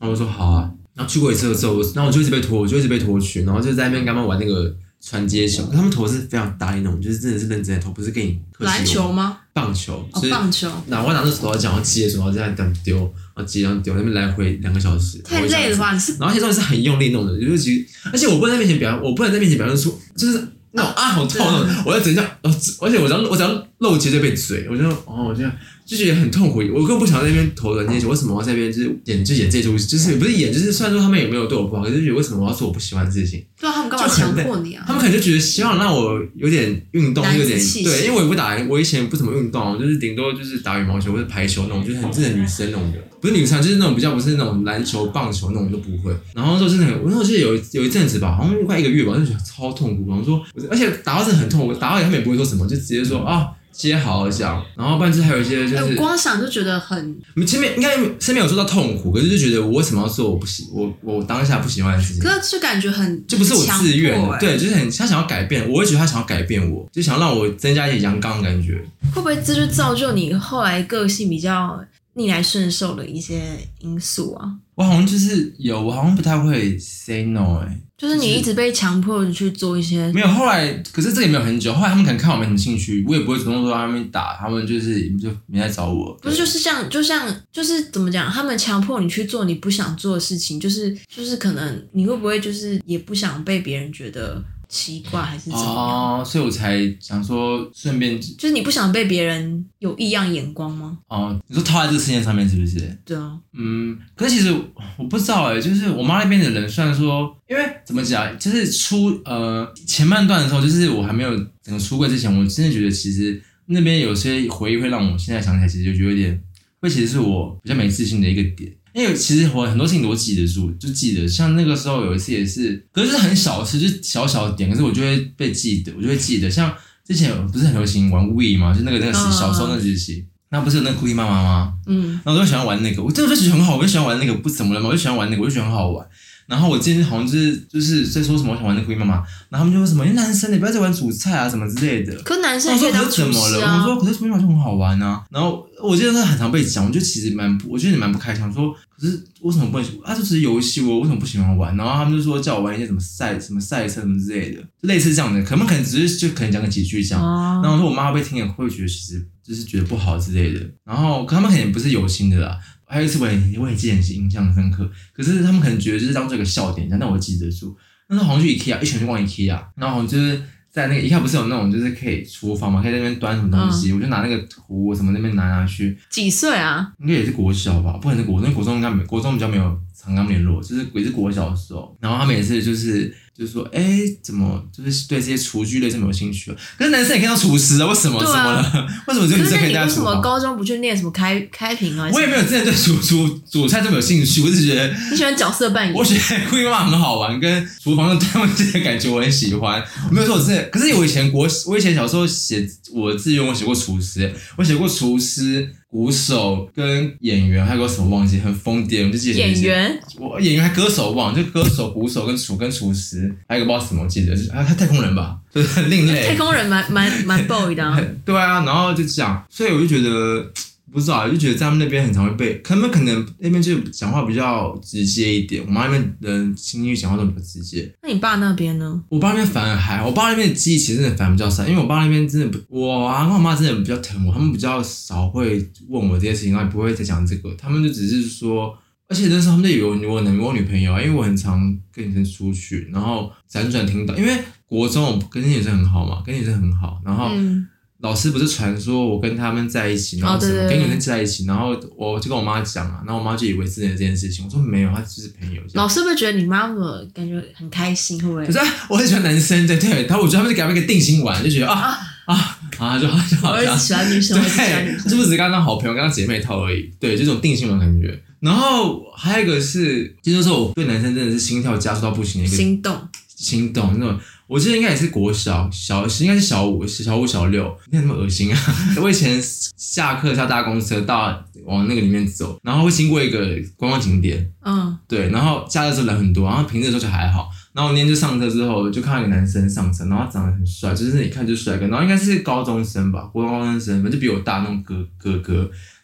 [SPEAKER 1] 然后我说好啊。然后去过一次之后，我然后我就一直被拖，我就一直被拖去，然后就在那边跟他们玩那个传接球，可他们投的是非常大力那种，就是真的是认真的投，不是跟你客气
[SPEAKER 2] 篮球吗？
[SPEAKER 1] 棒球，
[SPEAKER 2] 哦
[SPEAKER 1] 所，以
[SPEAKER 2] 棒球。
[SPEAKER 1] 拿我拿着手刀讲，要接手，然后这样这样丢，然后接这样丢，那边来回两个小时，
[SPEAKER 2] 太累了？吧？你是
[SPEAKER 1] 然后现在是很用力弄的，尤其而且我不能在面前表现，我不能在面前表现出就是那种啊好痛那种，我要整一下，呃而且我只要我只要漏接就被嘴，我就哦我就就觉得很痛苦，我根本不想在那边投人进去，为什么我要在那边就是演就演这出，就是也不是演，就是虽然说他们也没有对我不好，可是就觉得为什么我要做我不喜欢的事情。
[SPEAKER 2] 对啊，他们干嘛
[SPEAKER 1] 就很
[SPEAKER 2] 强
[SPEAKER 1] 累
[SPEAKER 2] 迫你啊
[SPEAKER 1] 他？们可能就觉得希望让我有点运动，
[SPEAKER 2] 男
[SPEAKER 1] 有
[SPEAKER 2] 子
[SPEAKER 1] 点
[SPEAKER 2] 气息
[SPEAKER 1] 对，因为我也不打，我以前不怎么运动，啊我就是顶多就是打羽毛球或者排球那种，就是很真的女生那种的，不是女生，啊就是那种比较不是那种篮球、棒球那种都不会。然后就是那个，我那时候记得有一有一阵子吧，好像快一个月吧，就觉得超痛苦，然后说，而且打到是很痛，我打到他们也不会说什么，就直接说啊。接好好讲，然后不然就是还有一些就
[SPEAKER 2] 哎，我
[SPEAKER 1] 是，
[SPEAKER 2] 光想就觉得很，
[SPEAKER 1] 前面应该是没有说到痛苦，可是就觉得我为什么要做我不喜我我当下不喜欢的事情，
[SPEAKER 2] 可是就感觉很
[SPEAKER 1] 就不是我自愿的，，
[SPEAKER 2] 很强迫哎
[SPEAKER 1] 对，就是很他想要改变，我会觉得他想要改变我，就想让我增加一点阳刚的感觉。
[SPEAKER 2] 会不会这就造就你后来个性比较逆来顺受的一些因素啊？
[SPEAKER 1] 我好像就是有，我好像不太会 say no 哎、
[SPEAKER 2] 就是你一直被强迫地去做一些
[SPEAKER 1] 没有。后来，可是这也没有很久，后来他们可能看我没什么兴趣，我也不会主动说他们打，他们就是就没来找我。
[SPEAKER 2] 不是，就是像，就像，就是怎么讲？他们强迫你去做你不想做的事情，就是就是可能你会不会就是也不想被别人觉得奇怪，还是怎么样？
[SPEAKER 1] 哦，所以我才想说顺便
[SPEAKER 2] 就是你不想被别人有异样眼光吗？
[SPEAKER 1] 哦，你说套在这个事件上面是不是？
[SPEAKER 2] 对啊，
[SPEAKER 1] 嗯，可是其实我不知道哎、就是我妈那边的人，虽然说，因为怎么讲，就是出呃前半段的时候，就是我还没有整个出柜之前，我真的觉得其实那边有些回忆会让我现在想起来，其实就觉得有点，会其实是我比较没自信的一个点。因为其实我很多事情我记得住，就记得，像那个时候有一次也是，可是就是很小的事，就是小小的点，可是我就会被记得，我就会记得。像之前不是很流行玩 We 嘛，就那个那个时
[SPEAKER 2] 嗯
[SPEAKER 1] 小时候那个时期，那不是有那个 We 妈妈吗？
[SPEAKER 2] 嗯，
[SPEAKER 1] 然后我就喜欢玩那个，我真的就觉得很好，我就喜欢玩那个，不怎么了嘛，我就喜欢玩那个，我就觉得很好玩。然后我今天好像就是就是在说什么我想玩那个 Queen 妈妈，然后他们就说什么你男生你不要再玩主菜啊什么之类的。
[SPEAKER 2] 可男生
[SPEAKER 1] 我
[SPEAKER 2] 也可
[SPEAKER 1] 说
[SPEAKER 2] 以
[SPEAKER 1] 可
[SPEAKER 2] 当
[SPEAKER 1] 是怎
[SPEAKER 2] 厨
[SPEAKER 1] 么
[SPEAKER 2] 师
[SPEAKER 1] 了？我
[SPEAKER 2] 啊，
[SPEAKER 1] 说可是 Queen 妈妈就很好玩啊。然后我记得那很常被讲，我就其实蛮不我觉得你蛮不开心，我说可是为什么不能？啊，就只是游戏，我为什么不喜欢玩？然后他们就说叫我玩一些什么赛什么赛车什么之类的，就类似这样的，可能可能只是就可能讲个几句这样。
[SPEAKER 2] 哦
[SPEAKER 1] 然后我说我妈会不会听也会觉得其实就是觉得不好之类的。然后可他们肯定不是有心的啦。还有一次我也我也记得很印象深刻，可是他们可能觉得就是当做一个笑点，但我记得住。那时候好像去 IKEA，一群人去逛 IKEA，然后我就是在那个 IKEA 不是有那种就是可以厨房嘛，可以在那边端什么东西，我就拿那个图什么那边拿拿去，
[SPEAKER 2] 几岁啊？
[SPEAKER 1] 应该也是国小吧，不可能是国中，因为国中应该没国中比较没有常常联络，就是也是国小的时候。然后他们也是就是就是说，哎、怎么就是对这些厨具类这么有兴趣、啊？可是男生也可以当厨师啊，为什么？
[SPEAKER 2] 对
[SPEAKER 1] 怎
[SPEAKER 2] 啊
[SPEAKER 1] 么了？ 为什么只有女
[SPEAKER 2] 可是
[SPEAKER 1] 生
[SPEAKER 2] 那
[SPEAKER 1] 可以
[SPEAKER 2] 你
[SPEAKER 1] 当
[SPEAKER 2] 为什
[SPEAKER 1] 厨
[SPEAKER 2] 么
[SPEAKER 1] 房？
[SPEAKER 2] 高中不去念什么开开屏啊？
[SPEAKER 1] 我也没有真的对煮煮煮菜这么有兴趣，我只觉得
[SPEAKER 2] 你喜欢角色扮 演
[SPEAKER 1] 我觉得故意妈很好玩，跟厨房的端这的感觉我很喜欢。我没有说我真的，可是我以前国，我以前小时候写我的志愿，我写过厨师，我写过厨师、鼓手跟演员，还有个什么忘记，很疯癫，我就记得
[SPEAKER 2] 演。员，
[SPEAKER 1] 我演员还歌手忘，就歌手、鼓手跟厨跟厨师，还有一个不知道什么，我记得就是啊，他太空人吧，就是很另类。
[SPEAKER 2] 太空人蛮蛮蛮 boy 的啊，
[SPEAKER 1] 对啊，然后就这样，所以我就觉得不知道，就觉得在他们那边很常会被，他们可能那边就讲话比较直接一点，我妈那边人情绪讲话都比较直接。
[SPEAKER 2] 那你爸那边呢？
[SPEAKER 1] 我爸那边反而还好，我爸那边的记忆其实真的反而比较少，因为我爸那边真的不，我啊跟我妈真的比较疼我，他们比较少会问我这些事情，然后也不会再讲这个，他们就只是说。而且那时候他们就以为我我男我女朋友啊，因为我很常跟女生出去，然后辗转听到，因为国中我跟女生很好嘛，跟女生很好，然后
[SPEAKER 2] 嗯，
[SPEAKER 1] 老师不是传说我跟他们在一起，然后
[SPEAKER 2] 哦
[SPEAKER 1] 什么、
[SPEAKER 2] 对对对
[SPEAKER 1] 跟女生在一起，然后我就跟我妈讲啊，然后我妈就以为真的这件事情，我说没有，他就是朋友这样。
[SPEAKER 2] 老师会不会觉得你妈妈感觉很开心？会不会
[SPEAKER 1] 可？是啊我很喜欢男生，对对，然后我觉得他们就给他们一个定心丸，就觉得啊啊啊，就好就好
[SPEAKER 2] 我
[SPEAKER 1] 这
[SPEAKER 2] 一
[SPEAKER 1] 样
[SPEAKER 2] 直。喜欢女生，我一直喜欢女
[SPEAKER 1] 对，
[SPEAKER 2] 生。
[SPEAKER 1] 是不是只刚当好朋友，刚当姐妹套而已？对，这种定性的感觉。然后还有一个是，这就是我对男生真的是心跳加速到不行的一个
[SPEAKER 2] 心动，
[SPEAKER 1] 心动那种。我记得应该也是国小小，应该是小五、小五、小六，那那么恶心啊！ 我以前下课下大公车到往那个里面走，然后会经过一个观光景点，
[SPEAKER 2] 嗯，
[SPEAKER 1] 对，然后假日的时候人很多，然后平日的时候就还好。然后我那天就上车之后，就看到一个男生上车，然后他长得很帅，就是一看就是帅哥，然后应该是高中生吧，国高中生，反正就比我大那种哥哥哥，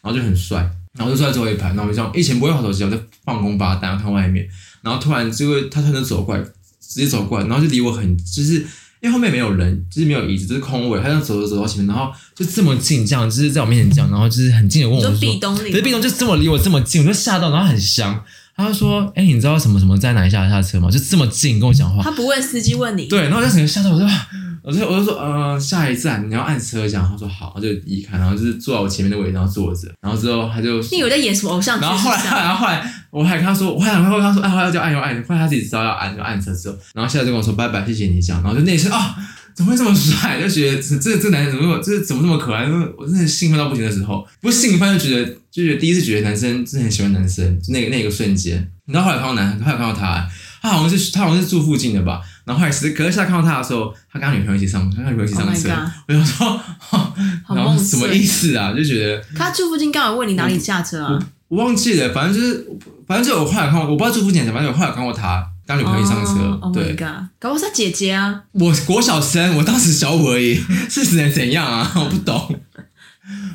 [SPEAKER 1] 然后就很帅，然后就坐在最后一排，然后我就这样，以前不会滑手机，我就放空巴蛋看外面，然后突然就会他突然就走过来，直接走过来，然后就离我很，就是因为后面没有人，就是没有椅子，就是空位，他就走走走到前面，然后就这么近，这样就是在我面前这样，然后就是很近的问
[SPEAKER 2] 你
[SPEAKER 1] 我
[SPEAKER 2] 说
[SPEAKER 1] 说，
[SPEAKER 2] 壁咚里，
[SPEAKER 1] 可是壁咚就这么离我这么近，我就吓到，然后很香。他就说：“哎、你知道什么什么在哪一下下车吗？就这么近跟我讲话。
[SPEAKER 2] 他不问司机，问你，
[SPEAKER 1] 对，然后我就整个吓到，我就 我就我就说，呃，下一站你要按车这样。他说好，他就移开，然后就是坐在我前面的位置，然后坐着，然后之后他就
[SPEAKER 2] 你有在演什么偶像剧？
[SPEAKER 1] 然后后来，
[SPEAKER 2] 是不是啊
[SPEAKER 1] 然后后来，我还跟他说，我还跟他说，哎，后来就按，要按，后来他自己知道要按，就按车之后，然后现在就跟我说拜拜，谢谢你这样，然后就内心啊，怎么会这么帅？就觉得这这这男人怎么那么，这怎么那么可爱？因为我真的兴奋到不行的时候，不是兴奋就觉得，就觉得第一次觉得男生真的很喜欢男生，就那个那个瞬间，你知道后来看到男，后来看到他，他好像是他好像是住附近的吧，然后后来十隔一下看到他的时候，他跟他女朋友一起上，跟他女朋友一起
[SPEAKER 2] Oh
[SPEAKER 1] 上
[SPEAKER 2] my
[SPEAKER 1] 车
[SPEAKER 2] god
[SPEAKER 1] 我想说， 哦
[SPEAKER 2] 好
[SPEAKER 1] 然
[SPEAKER 2] 梦
[SPEAKER 1] 后什
[SPEAKER 2] 碎
[SPEAKER 1] 么意思啊？就觉得
[SPEAKER 2] 可他住附近刚好问你哪里下车啊？
[SPEAKER 1] 我忘记了，反正就是反正就有后来看过，我不知道祝福姐，反正有后来看过他跟他女朋友一起上车
[SPEAKER 2] 哦 Oh
[SPEAKER 1] 对
[SPEAKER 2] my，god！搞不好是他姐姐啊，
[SPEAKER 1] 我国小生，我当时小五而已，是能怎样啊？我不懂。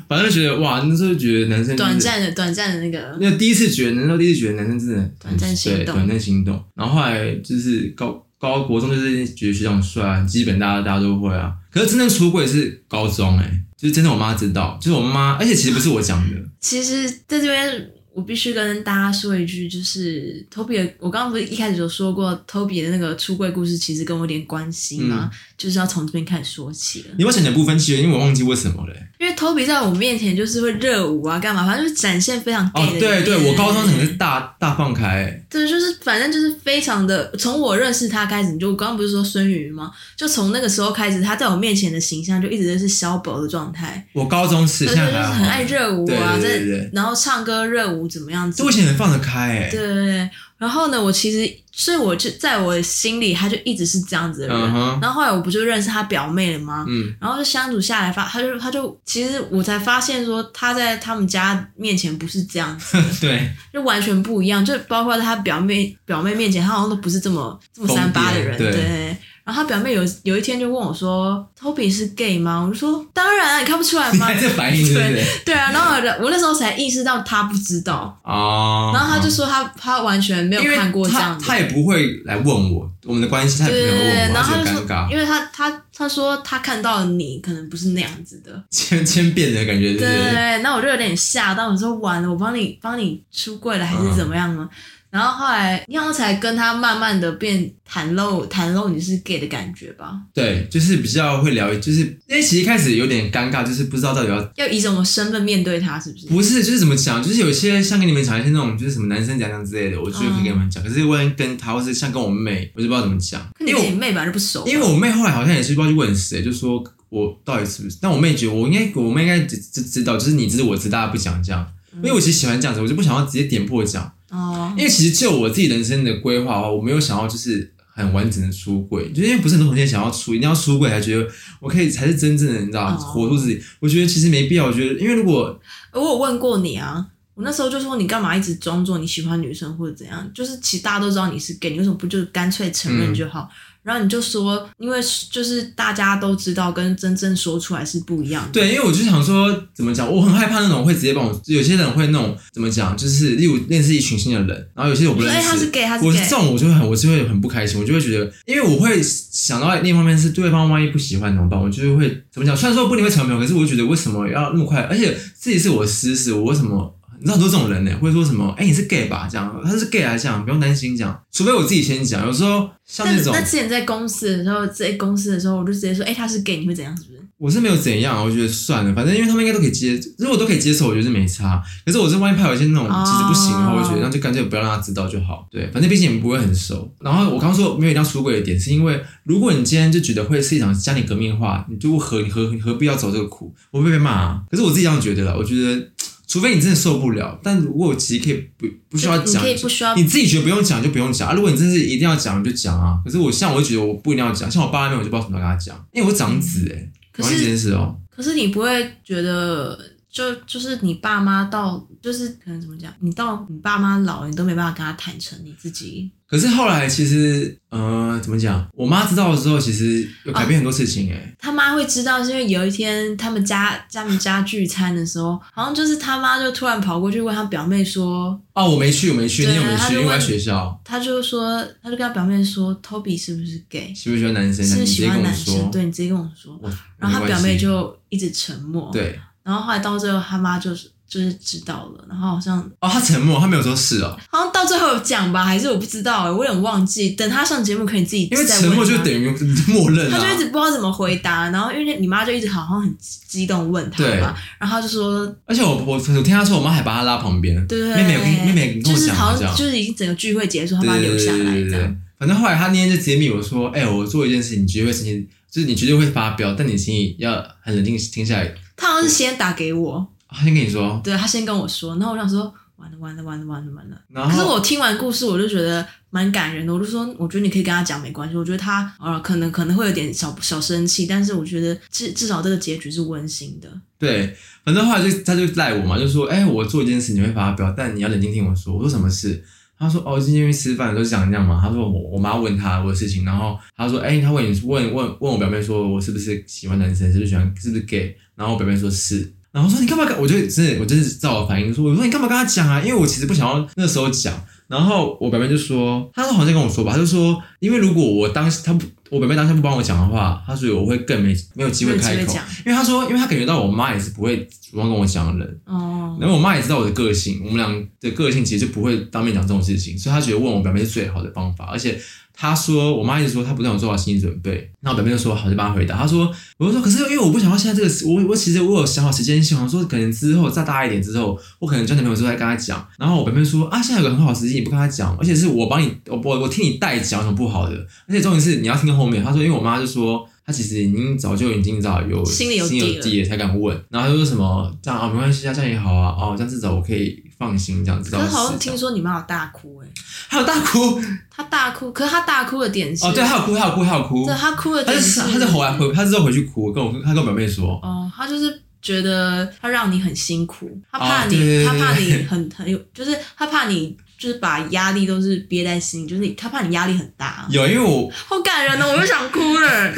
[SPEAKER 1] 反正就觉得哇，那时候就觉得男生、就是、
[SPEAKER 2] 短暂的短暂的那个
[SPEAKER 1] 那第一次觉得，那时候第一次觉得男生真的很
[SPEAKER 2] 短暂心动
[SPEAKER 1] 对短暂心动。然后后来就是高高国中就是觉得学长很帅啊，基本大家大家都会啊。可是真正出柜是高中哎、就是真的我妈知道，就是我妈，而且其实不是我讲的，
[SPEAKER 2] 其实在这边，我必须跟大家说一句，就是 Toby，的我刚刚不是一开始有说过 Toby 的那个出柜故事，其实跟我有点关系嘛，
[SPEAKER 1] 嗯
[SPEAKER 2] 就是要从这边开始说起了。
[SPEAKER 1] 你要讲讲部分其实因为我忘记为什么了、欸
[SPEAKER 2] 因为 Toby 在我面前就是会热舞啊，干嘛，反正就是展现非常 gay
[SPEAKER 1] 哦
[SPEAKER 2] 的、，
[SPEAKER 1] 对对，我高中整个是大大放开、欸
[SPEAKER 2] 对，就是反正就是非常的，从我认识他开始，你就我刚刚不是说孙宇吗？就从那个时候开始，他在我面前的形象就一直都是消薄的状态。
[SPEAKER 1] 我高中是
[SPEAKER 2] 对，
[SPEAKER 1] 现
[SPEAKER 2] 就
[SPEAKER 1] 在
[SPEAKER 2] 是
[SPEAKER 1] 还好
[SPEAKER 2] 很爱热舞啊，
[SPEAKER 1] 对对对对
[SPEAKER 2] 在然后唱歌热舞怎么样子
[SPEAKER 1] 这我以前很放得开哎、欸
[SPEAKER 2] 对，然后呢，我其实所以我就在我心里，他就一直是这样子的人。
[SPEAKER 1] 嗯哼
[SPEAKER 2] 然后后来我不就认识他表妹了吗？
[SPEAKER 1] 嗯，
[SPEAKER 2] 然后就相处下来发，他就他就其实我才发现说他在他们家面前不是这样子，
[SPEAKER 1] 对，
[SPEAKER 2] 就完全不一样。就包括在他表妹表妹面前，他好像都不是这么这么三八的人。
[SPEAKER 1] 疯嗯癫对
[SPEAKER 2] 然后他表妹有有一天就问我说：“Toby 是 gay 吗？”我就说：“当然啊，你看不出来
[SPEAKER 1] 你
[SPEAKER 2] 吗？”
[SPEAKER 1] 还 在反应是不是？
[SPEAKER 2] 对啊，然后我我那时候才意识到他不知道。
[SPEAKER 1] 哦，
[SPEAKER 2] 然后他就说他他完全没有
[SPEAKER 1] 因为
[SPEAKER 2] 看过这样
[SPEAKER 1] 他
[SPEAKER 2] 的，
[SPEAKER 1] 他也不会来问我我们的关系，他也
[SPEAKER 2] 对
[SPEAKER 1] 不
[SPEAKER 2] 对
[SPEAKER 1] 会
[SPEAKER 2] 对
[SPEAKER 1] 问
[SPEAKER 2] 对，
[SPEAKER 1] 我，
[SPEAKER 2] 然后
[SPEAKER 1] 而
[SPEAKER 2] 他
[SPEAKER 1] 且
[SPEAKER 2] 就
[SPEAKER 1] 很尴
[SPEAKER 2] 说，
[SPEAKER 1] 尬，
[SPEAKER 2] 因为他他他说他看到你可能不是那样子的，
[SPEAKER 1] 千千变的感觉，就
[SPEAKER 2] 对对
[SPEAKER 1] 是
[SPEAKER 2] 对，那我就有点吓到，我说完了，我帮你帮你出柜了还
[SPEAKER 1] 嗯
[SPEAKER 2] 是怎么样呢？然后后来，然后才跟他慢慢的变袒露袒露你是 gay 的感觉吧，
[SPEAKER 1] 对，就是比较会聊，就是因为其实一开始有点尴尬，就是不知道到底要。
[SPEAKER 2] 要以什么身份面对他，是不是？
[SPEAKER 1] 不是，就是怎么讲，就是有些像跟你们讲一些那种，就是什么男生讲讲之类的，我就可以跟你们讲。可是问跟他，或是像跟我妹，我就不知道怎么讲，
[SPEAKER 2] 可
[SPEAKER 1] 因
[SPEAKER 2] 你
[SPEAKER 1] 为
[SPEAKER 2] 跟
[SPEAKER 1] 我
[SPEAKER 2] 你妹本来就不熟吧，
[SPEAKER 1] 因为我妹后来好像也是不知道去问谁，就说我到底是不是？但我妹觉得我应该，我妹应该知知知道，就是你知我知，大家不讲这样。
[SPEAKER 2] 嗯
[SPEAKER 1] 因为我其实喜欢这样子，我就不想要直接点破讲。
[SPEAKER 2] 哦
[SPEAKER 1] 因为其实就我自己人生的规划的话，我没有想要就是很完整的出柜，就因为不是很多同学想要出，一定要出柜才觉得我可以才是真正的你知道、
[SPEAKER 2] 哦
[SPEAKER 1] 活出自己。我觉得其实没必要，我觉得因为如果
[SPEAKER 2] 哎我有问过你啊，我那时候就说你干嘛一直装作你喜欢女生或者怎样？就是其实大家都知道你是 gay，你为什么不就干脆承
[SPEAKER 1] 嗯
[SPEAKER 2] 认就好？然后你就说，因为就是大家都知道跟真正说出来是不一样的。
[SPEAKER 1] 对，因为我就想说怎么讲，我很害怕那种会直接帮我，有些人会那种怎么讲，就是例如认识一群新的人，然后有些我不
[SPEAKER 2] 你
[SPEAKER 1] 认
[SPEAKER 2] 说
[SPEAKER 1] 识，
[SPEAKER 2] 哎他是 gay，他是
[SPEAKER 1] 我是
[SPEAKER 2] gay，
[SPEAKER 1] 这种，我就会很，我就会很不开心，我就会觉得，因为我会想到另一方面是对方万一不喜欢怎么办，我就会怎么讲？虽然说不一定会成为朋友，可是我觉得为什么要那么快？而且自己是我私事，我为什么？你知道很多这种人呢、会说什么？哎、你是 gay 吧？这样他是 gay 啊还是这样？不用担心，这样，除非我自己先讲。有时候像
[SPEAKER 2] 但
[SPEAKER 1] 那种
[SPEAKER 2] 那之前在公司的时候，在公司的时候，我就直接说，哎、他是 gay，你会怎样？是不是？
[SPEAKER 1] 我是没有怎样，啊我觉得算了，反正因为他们应该都可以接，如果都可以接受，我觉得是没差。可是我这万一怕有一些那种
[SPEAKER 2] 哦
[SPEAKER 1] 其实不行的话，我觉得那就干脆不要让他知道就好。对，反正毕竟也不会很熟。然后我刚刚说没有一定要出轨的点，是因为如果你今天就觉得会是一场家庭革命的话，你就何你何你何必要走这个苦？我会被骂、啊。可是我自己这样觉得啦，我觉得。除非你真的受不了，但如果我其实可以不不需要
[SPEAKER 2] 就你
[SPEAKER 1] 讲，
[SPEAKER 2] 可以不需要
[SPEAKER 1] 你自己觉得不用讲就不用讲啊。如果你真是一定要讲，你就讲啊。可是我像我就觉得我不一定要讲，像我爸那边我就不知道怎么跟他讲，因为我长子哎、欸，
[SPEAKER 2] 可
[SPEAKER 1] 同意这件
[SPEAKER 2] 是
[SPEAKER 1] 事哦。
[SPEAKER 2] 可是你不会觉得，就就是你爸妈到，就是可能怎么讲，你到你爸妈老了，你都没办法跟他坦诚你自己
[SPEAKER 1] 可是后来其实，呃，怎么讲？我妈知道了之后，其实有改变很多事情哎、
[SPEAKER 2] 他妈会知道，是因为有一天他们家他们家聚餐的时候，好像就是他妈就突然跑过去问他表妹说，
[SPEAKER 1] 哦，我没去，我没去，
[SPEAKER 2] 对啊
[SPEAKER 1] 你有没
[SPEAKER 2] 她
[SPEAKER 1] 去？
[SPEAKER 2] 就
[SPEAKER 1] 因为我在
[SPEAKER 2] 问
[SPEAKER 1] 学校，
[SPEAKER 2] 他就说，他就跟他表妹说，Toby 是不是 gay，
[SPEAKER 1] 喜不喜欢男生？
[SPEAKER 2] 是不
[SPEAKER 1] 你直
[SPEAKER 2] 是喜
[SPEAKER 1] 接跟
[SPEAKER 2] 欢
[SPEAKER 1] 我
[SPEAKER 2] 男生？
[SPEAKER 1] 说。
[SPEAKER 2] 对你直接跟我说。
[SPEAKER 1] 我
[SPEAKER 2] 然后他表妹
[SPEAKER 1] 没关系
[SPEAKER 2] 就一直沉默。。
[SPEAKER 1] 对
[SPEAKER 2] 然后后来到最后，他妈就是就是知道了，然后好像
[SPEAKER 1] 哦，她沉默，她没有说是哦，
[SPEAKER 2] 好像到最后有讲吧，还是我不知道、欸，我有点忘记。等他上节目可以自己
[SPEAKER 1] 因为
[SPEAKER 2] 再
[SPEAKER 1] 沉
[SPEAKER 2] 问
[SPEAKER 1] 默就
[SPEAKER 2] 他
[SPEAKER 1] 等于默认
[SPEAKER 2] 他就一
[SPEAKER 1] 啊。
[SPEAKER 2] 直不知道怎么回答，然后因为你妈就一直好像很激动问他
[SPEAKER 1] 对
[SPEAKER 2] 嘛，然后他就说
[SPEAKER 1] 而且我我我听她说，我妈还把她拉旁边，
[SPEAKER 2] 对
[SPEAKER 1] 妹妹有跟妹妹跟
[SPEAKER 2] 就
[SPEAKER 1] 我
[SPEAKER 2] 是
[SPEAKER 1] 讲
[SPEAKER 2] 好
[SPEAKER 1] 好像
[SPEAKER 2] 像就是已经整个聚会结束，他把他留下来这样。。
[SPEAKER 1] 反正后来他那天就直接密我说：“哎、我做一件事情，你绝对会生气，就是你绝对会发飙，但你请你要很冷静听下来。
[SPEAKER 2] 他好像是先打给我，
[SPEAKER 1] 啊”先跟你说，
[SPEAKER 2] 对他先跟我说，然后我想说完了完了完了完了完了。
[SPEAKER 1] 然
[SPEAKER 2] 可是
[SPEAKER 1] 后
[SPEAKER 2] 我听完故事，我就觉得蛮感人的。我就说，我觉得你可以跟他讲没关系。我觉得他啊、呃可能可能会有点小小生气，但是我觉得至至少这个结局是温馨的。
[SPEAKER 1] 对，反正后来就他就赖我嘛，就说：“哎、我做一件事你会发飙，但你要冷静听我说。”我说：“什么事？”他说：“哦，今天去吃饭的时候讲这样嘛。”他说我：“我妈问他我的事情，然后他说：‘哎、他问你问问问我表妹说我是不是喜欢男生，是不是喜欢是不是 gay？’ 然后我表妹说是。”然后说你干嘛跟？我就真的，我真是照我反应说，我说你干嘛跟他讲啊？因为我其实不想要那时候讲。然后我表妹就说，她好像在跟我说吧，她就说，因为如果我当时她不，我表妹当下不帮我讲的话，她所以我会更没没有机会开
[SPEAKER 2] 没有机
[SPEAKER 1] 口
[SPEAKER 2] 会讲，
[SPEAKER 1] 因为她说，因为她感觉到我妈也是不会主动跟我讲的人，
[SPEAKER 2] 哦，
[SPEAKER 1] 然后我妈也知道我的个性，我们俩的个性其实就不会当面讲这种事情，所以她觉得问我表妹是最好的方法。而且她说，我妈一直说她不让我做好心理准备，那我表妹就说好，就帮她回答。她说，我就说，可是因为我不想要现在这个时，我我其实我有想好时间线，我说可能之后再大一点之后，我可能交男朋友之后再跟她讲。然后我表妹说啊，现在有个很好的时机，你不跟她讲，而且是我帮你，我我我替你代讲，有什么不好的？而且重点是你要听到后面，她说，因为我妈就说。她其实已经早就已经知道有
[SPEAKER 2] 心里有底了
[SPEAKER 1] 底也才敢问。然后他就说什么这样啊，没关系啊，这样也好啊，哦，这样至少我可以放心这样子。
[SPEAKER 2] 可是好像
[SPEAKER 1] 这
[SPEAKER 2] 听
[SPEAKER 1] 样
[SPEAKER 2] 说你妈有大哭哎、
[SPEAKER 1] 还有大哭
[SPEAKER 2] 她大哭，可是她大哭的点是
[SPEAKER 1] 哦，对，还有哭，还有哭，还有哭
[SPEAKER 2] 对，。她哭的
[SPEAKER 1] 他
[SPEAKER 2] 点
[SPEAKER 1] 就是
[SPEAKER 2] 是
[SPEAKER 1] 他是啊后来回，他之后回去哭，跟我他跟我表妹说，
[SPEAKER 2] 哦，他就是觉得他让你很辛苦，他怕
[SPEAKER 1] 哦对对
[SPEAKER 2] 你，
[SPEAKER 1] 对
[SPEAKER 2] 他怕
[SPEAKER 1] 对
[SPEAKER 2] 你很很有，就是他怕你就是把压力都是憋在心里，就是你他怕你压力很大，
[SPEAKER 1] 有，因为我
[SPEAKER 2] 好感人哦，我又想哭 了，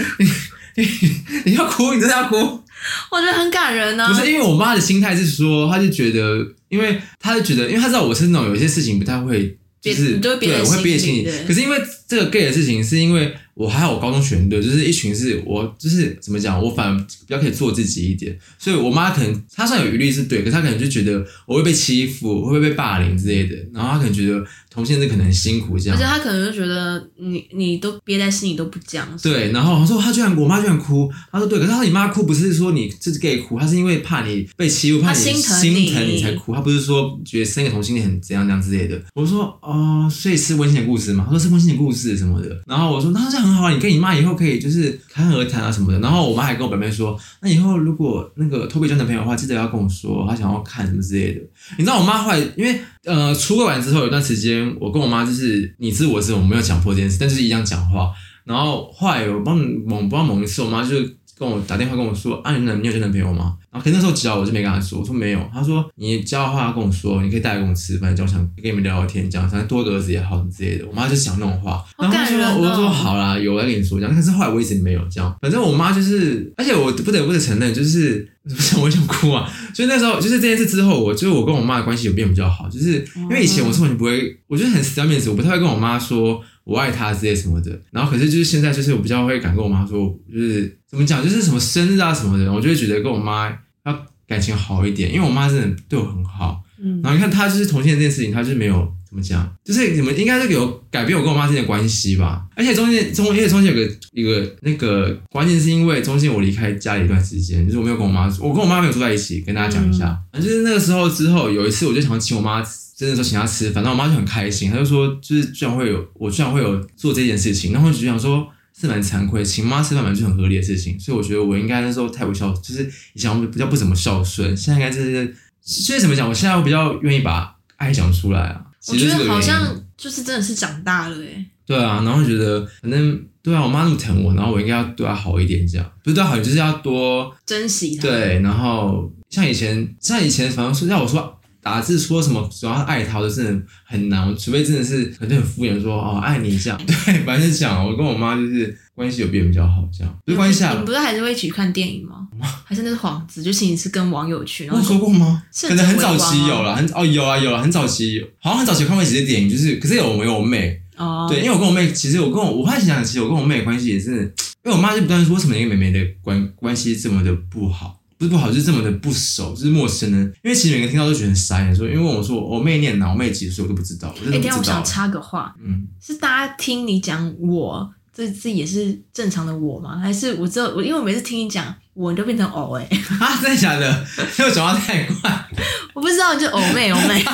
[SPEAKER 1] 你要哭，你真的要哭，
[SPEAKER 2] 我觉得很感人呢、啊
[SPEAKER 1] 不是因为我妈的心态是说，她就觉得，因为她就觉得，因为她知道我是那种有些事情不太会。就
[SPEAKER 2] 憋
[SPEAKER 1] 是
[SPEAKER 2] 你就会憋在
[SPEAKER 1] 对，我会憋在心
[SPEAKER 2] 心里
[SPEAKER 1] 里
[SPEAKER 2] 对。
[SPEAKER 1] 可是因为这个 gay 的事情，是因为我还有高中学队，就是一群是我就是怎么讲，我反而比较可以做自己一点。所以我妈可能她虽然有疑虑是对，可她可能就觉得我会被欺负，会不会被霸凌之类的。然后她可能觉得同性恋可能很辛苦这样
[SPEAKER 2] 而且。他可能就觉得你你都憋在心里都不讲，
[SPEAKER 1] 对，然后我说她居然我妈居然哭，她说对，可是她你妈哭不是说你自己 gay 哭，她是因为怕你被欺负，怕
[SPEAKER 2] 她
[SPEAKER 1] 你
[SPEAKER 2] 心疼
[SPEAKER 1] 心
[SPEAKER 2] 你
[SPEAKER 1] 疼你才哭，她不是说觉得生个同性恋很怎样怎样之类的。我说哦、所以是温馨的故事嘛？她说是温馨的故事什么的。然后我说那这样很好啊，你跟你妈以后可以就是侃侃而谈啊什么的。然后我妈还跟我表妹说，那以后如果那个托比交男朋友的话，记得要跟我说，她想要看什么之类的。你知道我妈后来因为呃出柜完之后有一段时间，我跟我妈就是你知我知，我没有强迫这件事，但就是一样讲话。然后后来我帮某不知道某一次，我妈就跟我打电话跟我说：“啊，你男你有交男朋友吗？”然后可是那时候交我就没跟她说，我说没有。她说：“你交的话要跟我说，你可以带来跟我吃饭，就想跟你们聊聊天，这样想多个儿子也好之类的。”我妈就讲那种话，
[SPEAKER 2] 好
[SPEAKER 1] 然后她
[SPEAKER 2] 感
[SPEAKER 1] 说：“
[SPEAKER 2] 人哦
[SPEAKER 1] 我就说好啦，有我再跟你说这样。”但是后来我一直没有这样。反正我妈就是，而且我不得不得承认，就是。不想，我想哭啊！ 所以那时候，就是这件事之后，我就是我跟我妈的关系有变比较好，就是因为以前我是完全不会，我就是很死要面子，我不太会跟我妈说我爱她之类什么的。然后可是就是现在，就是我比较会敢跟我妈说，就是怎么讲，就是什么生日啊什么的，我就会觉得跟我妈要感情好一点，因为我妈真的对我很好。
[SPEAKER 2] 嗯
[SPEAKER 1] 然，后你看她就是同性恋这件事情，她就是没有怎么讲，就是你们应该是有改变我跟我妈之间的关系吧。而且中间中，因为中间有个一个那个关键是因为中间我离开家里一段时间，就是我没有跟我妈，我跟我妈没有住在一起，跟大家讲一下。反正就是那个时候之后，有一次我就想要请我妈。真的说请她吃饭，然后我妈就很开心，她就说就是居然会有我居然会有做这件事情，然后我就想说是蛮惭愧，请妈吃饭本来就很合理的事情，所以我觉得我应该那时候太不孝，就是以前我比较不怎么孝顺，现在应该就是就是怎么讲，我现在我比较愿意把爱讲出来啊。
[SPEAKER 2] 我
[SPEAKER 1] 其实就是
[SPEAKER 2] 觉
[SPEAKER 1] 这
[SPEAKER 2] 得
[SPEAKER 1] 个
[SPEAKER 2] 好
[SPEAKER 1] 原因
[SPEAKER 2] 像就是真的是长大了哎、
[SPEAKER 1] 对啊，然后觉得反正对啊，我妈那么疼我，然后我应该要对她好一点，这样不是对啊她好，就是要多
[SPEAKER 2] 珍惜他，
[SPEAKER 1] 对，然后像以前像以前，反正说让我说。打字说什么主要是爱她，我就真的很难，我除非真的是可能很敷衍说哦爱你这样， 对，反正就这样，我跟我妈就是关系有变比较好，这样不是
[SPEAKER 2] 你们，
[SPEAKER 1] 关系啊
[SPEAKER 2] 你，们不是还是会一起去看电影 吗？还是那是幌子，就是你是跟网友去，然
[SPEAKER 1] 我
[SPEAKER 2] 后
[SPEAKER 1] 有说过吗？
[SPEAKER 2] 是
[SPEAKER 1] 可能很
[SPEAKER 2] 很
[SPEAKER 1] 早期
[SPEAKER 2] 微观吗
[SPEAKER 1] 有了，很哦有啊有啊，很早期有好像很早期有看过几次电影，就是可是有我有我妹，
[SPEAKER 2] 哦，
[SPEAKER 1] 对，因为我跟我妹，其实我跟我我后来想想，其实我跟我妹的关系也是，因为我妈就不断说为什么你跟妹妹的关关系这么的不好，不是不好，就是这么的不熟，就是陌生人。因为其实每个人听到都觉得很傻眼，说因为我说我妹念哪，我妹几岁我都不知道，我真的
[SPEAKER 2] 哎、等
[SPEAKER 1] 不
[SPEAKER 2] 一下我
[SPEAKER 1] 知道啊
[SPEAKER 2] 想。插个话，
[SPEAKER 1] 嗯，
[SPEAKER 2] 是大家听你讲我，这这也是正常的我吗？还是我只有我，因为我每次听你讲我，你就变成偶哎、
[SPEAKER 1] 啊，真的假的？ 因为我讲话太快。
[SPEAKER 2] 我不知 道，你就偶妹偶妹，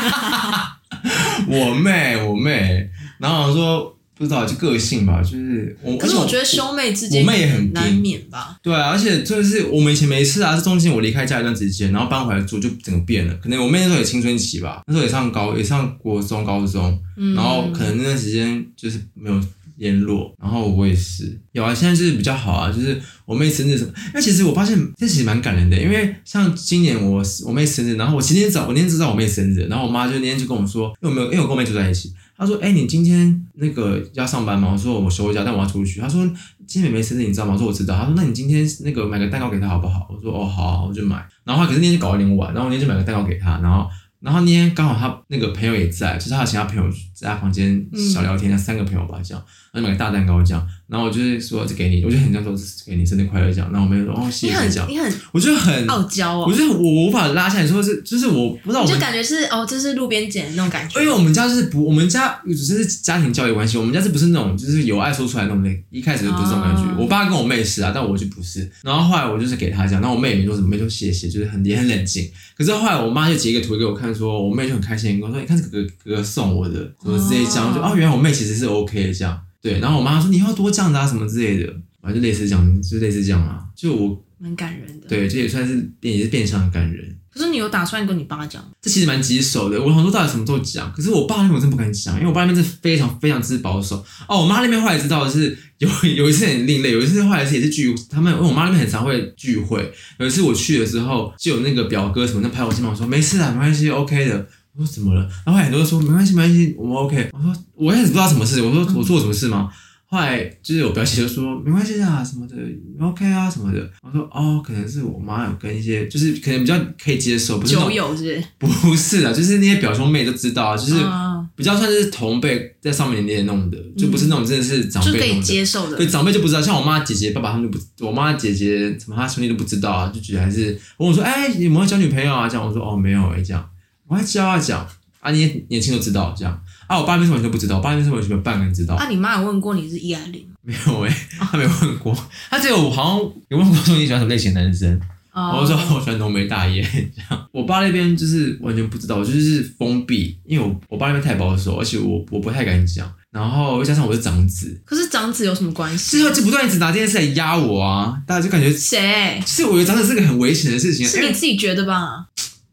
[SPEAKER 1] 我妹，我妹，然后我说不知道就个性吧，就是我。
[SPEAKER 2] 可是
[SPEAKER 1] 而且
[SPEAKER 2] 我觉得兄妹之间
[SPEAKER 1] 我妹也很
[SPEAKER 2] 难
[SPEAKER 1] 硬
[SPEAKER 2] 免吧。
[SPEAKER 1] 对啊，而且就是我们以前没事啊，是中间我离开家一段时间，然后搬回来住，就整个变了。可能我妹那时候也青春期吧，那时候也上高，也上国中、高中，
[SPEAKER 2] 嗯，
[SPEAKER 1] 然后可能那段时间就是没有联络。然后我也是有啊，现在就是比较好啊，就是我妹生日什么，那其实我发现这其实蛮感人的，因为像今年我我妹生日，然后我今天早我那天知道我妹生日，然后我妈就那天就跟我说，因为我没有，因为我跟我妹住在一起，她说：“哎、你今天那个要上班吗？”我说：“我休假，但我要出去。”她说：“今天妹妹生日，你知道吗？”我说：“我知道。”她说：“那你今天那个买个蛋糕给她好不好？”我说：“哦，好、啊，我就买。”然后她可是那天就搞得有点晚，然后我那天就买个蛋糕给她，然后然后那天刚好她那个朋友也在，就是她的其他朋友在她房间小聊
[SPEAKER 2] 嗯
[SPEAKER 1] 天，她三个朋友吧这样，然后就买个大蛋糕这样，然后我就是说这给你，我就很想说这是给你生日快乐这样，然后我妹就说哦谢谢
[SPEAKER 2] 你
[SPEAKER 1] 你
[SPEAKER 2] 很
[SPEAKER 1] 这样，
[SPEAKER 2] 你很
[SPEAKER 1] 我就很。
[SPEAKER 2] 傲娇
[SPEAKER 1] 我
[SPEAKER 2] 哦，
[SPEAKER 1] 就是我无法拉下来，说是就是我不知道我
[SPEAKER 2] 你就
[SPEAKER 1] 们哎
[SPEAKER 2] 感觉是哦，这是路边捡的那种感觉。
[SPEAKER 1] 因为我们家就是不，我们家只是家庭教育关系，我们家是不是那种就是有爱说出来那种的？一开始就不是这种感觉。
[SPEAKER 2] 哦
[SPEAKER 1] 我爸跟我妹是啊，但我就不是。然后后来我就是给他讲，然后我妹也没说什么，妹就谢谢，就是很也很冷静。可是后来我妈就截一个图给我看说，我妹就很开心，跟我说：“哎你看这个哥哥哥送我的，什么之类这样。”我就
[SPEAKER 2] 哦
[SPEAKER 1] 哦，原来我妹其实是 OK 的这样。对，然后我妈说：“你以后多这样子啊，什么之类的。”反正就类似这样，就类似这样啊。就我
[SPEAKER 2] 蛮感人的。，
[SPEAKER 1] 对，这也算是变也是变相的感人。
[SPEAKER 2] 可是你有打算跟你爸讲吗？
[SPEAKER 1] 这其实蛮棘手的。我想说到底什么时候讲，可是我爸那边我真不敢讲，因为我爸那边是非常非常之保守。哦，我妈那边后来知道的是有 有一次很另类，有一次后来是也是聚，他们因为我妈那边很常会聚会，有一次我去了之后，就有那个表哥什么在拍我肩膀说没事啊，没关系，OK 的。我说怎么了？然后后来很多人说没关系，没关系，我们 OK。我说我一开始不知道什么事，我说我做了什么事吗？后来就是我表姐就说没关系啊什么的，OK 啊什么的。我说哦，可能是我妈有跟一些就是可能比较可以接受，不是那种
[SPEAKER 2] 酒友是不是？
[SPEAKER 1] 不是啊， 就是那些表兄妹都知道啊，就是
[SPEAKER 2] 啊
[SPEAKER 1] 比较算是同辈在上面年龄弄的，就不是那种真的是长
[SPEAKER 2] 嗯就可
[SPEAKER 1] 辈
[SPEAKER 2] 以
[SPEAKER 1] 弄的。
[SPEAKER 2] 接受的
[SPEAKER 1] 对，。长辈就不知道，像我妈姐姐、爸爸他们就不，我妈姐姐什么她兄弟都不知道啊，就觉得还是我问我说，哎、你有没有交女朋友啊？这样我说哦没有哎、这样我还教啊讲啊，你也年轻都知道这样啊，我爸那边是完全不知道，我爸那边是完全没有半个人知道，
[SPEAKER 2] 啊，你妈有问过你是一还零？
[SPEAKER 1] 没有哎、他没有问过，他只有好像有问过说你喜欢什么类型的男生，
[SPEAKER 2] 哦
[SPEAKER 1] 我就说 我喜欢浓眉大眼，这样。我爸那边就是完全不知道，我就是封闭，因为我我爸那边太保守，而且我我不太敢讲，然后又加上我是长子，
[SPEAKER 2] 可是长子有什么关系
[SPEAKER 1] 之？后就不断一直拿这件事来压我啊，大家就感觉，其
[SPEAKER 2] 谁？
[SPEAKER 1] 实我觉得长子是个很危险的事情，啊哎
[SPEAKER 2] 是
[SPEAKER 1] 因
[SPEAKER 2] 你
[SPEAKER 1] 为
[SPEAKER 2] 自己觉得吧？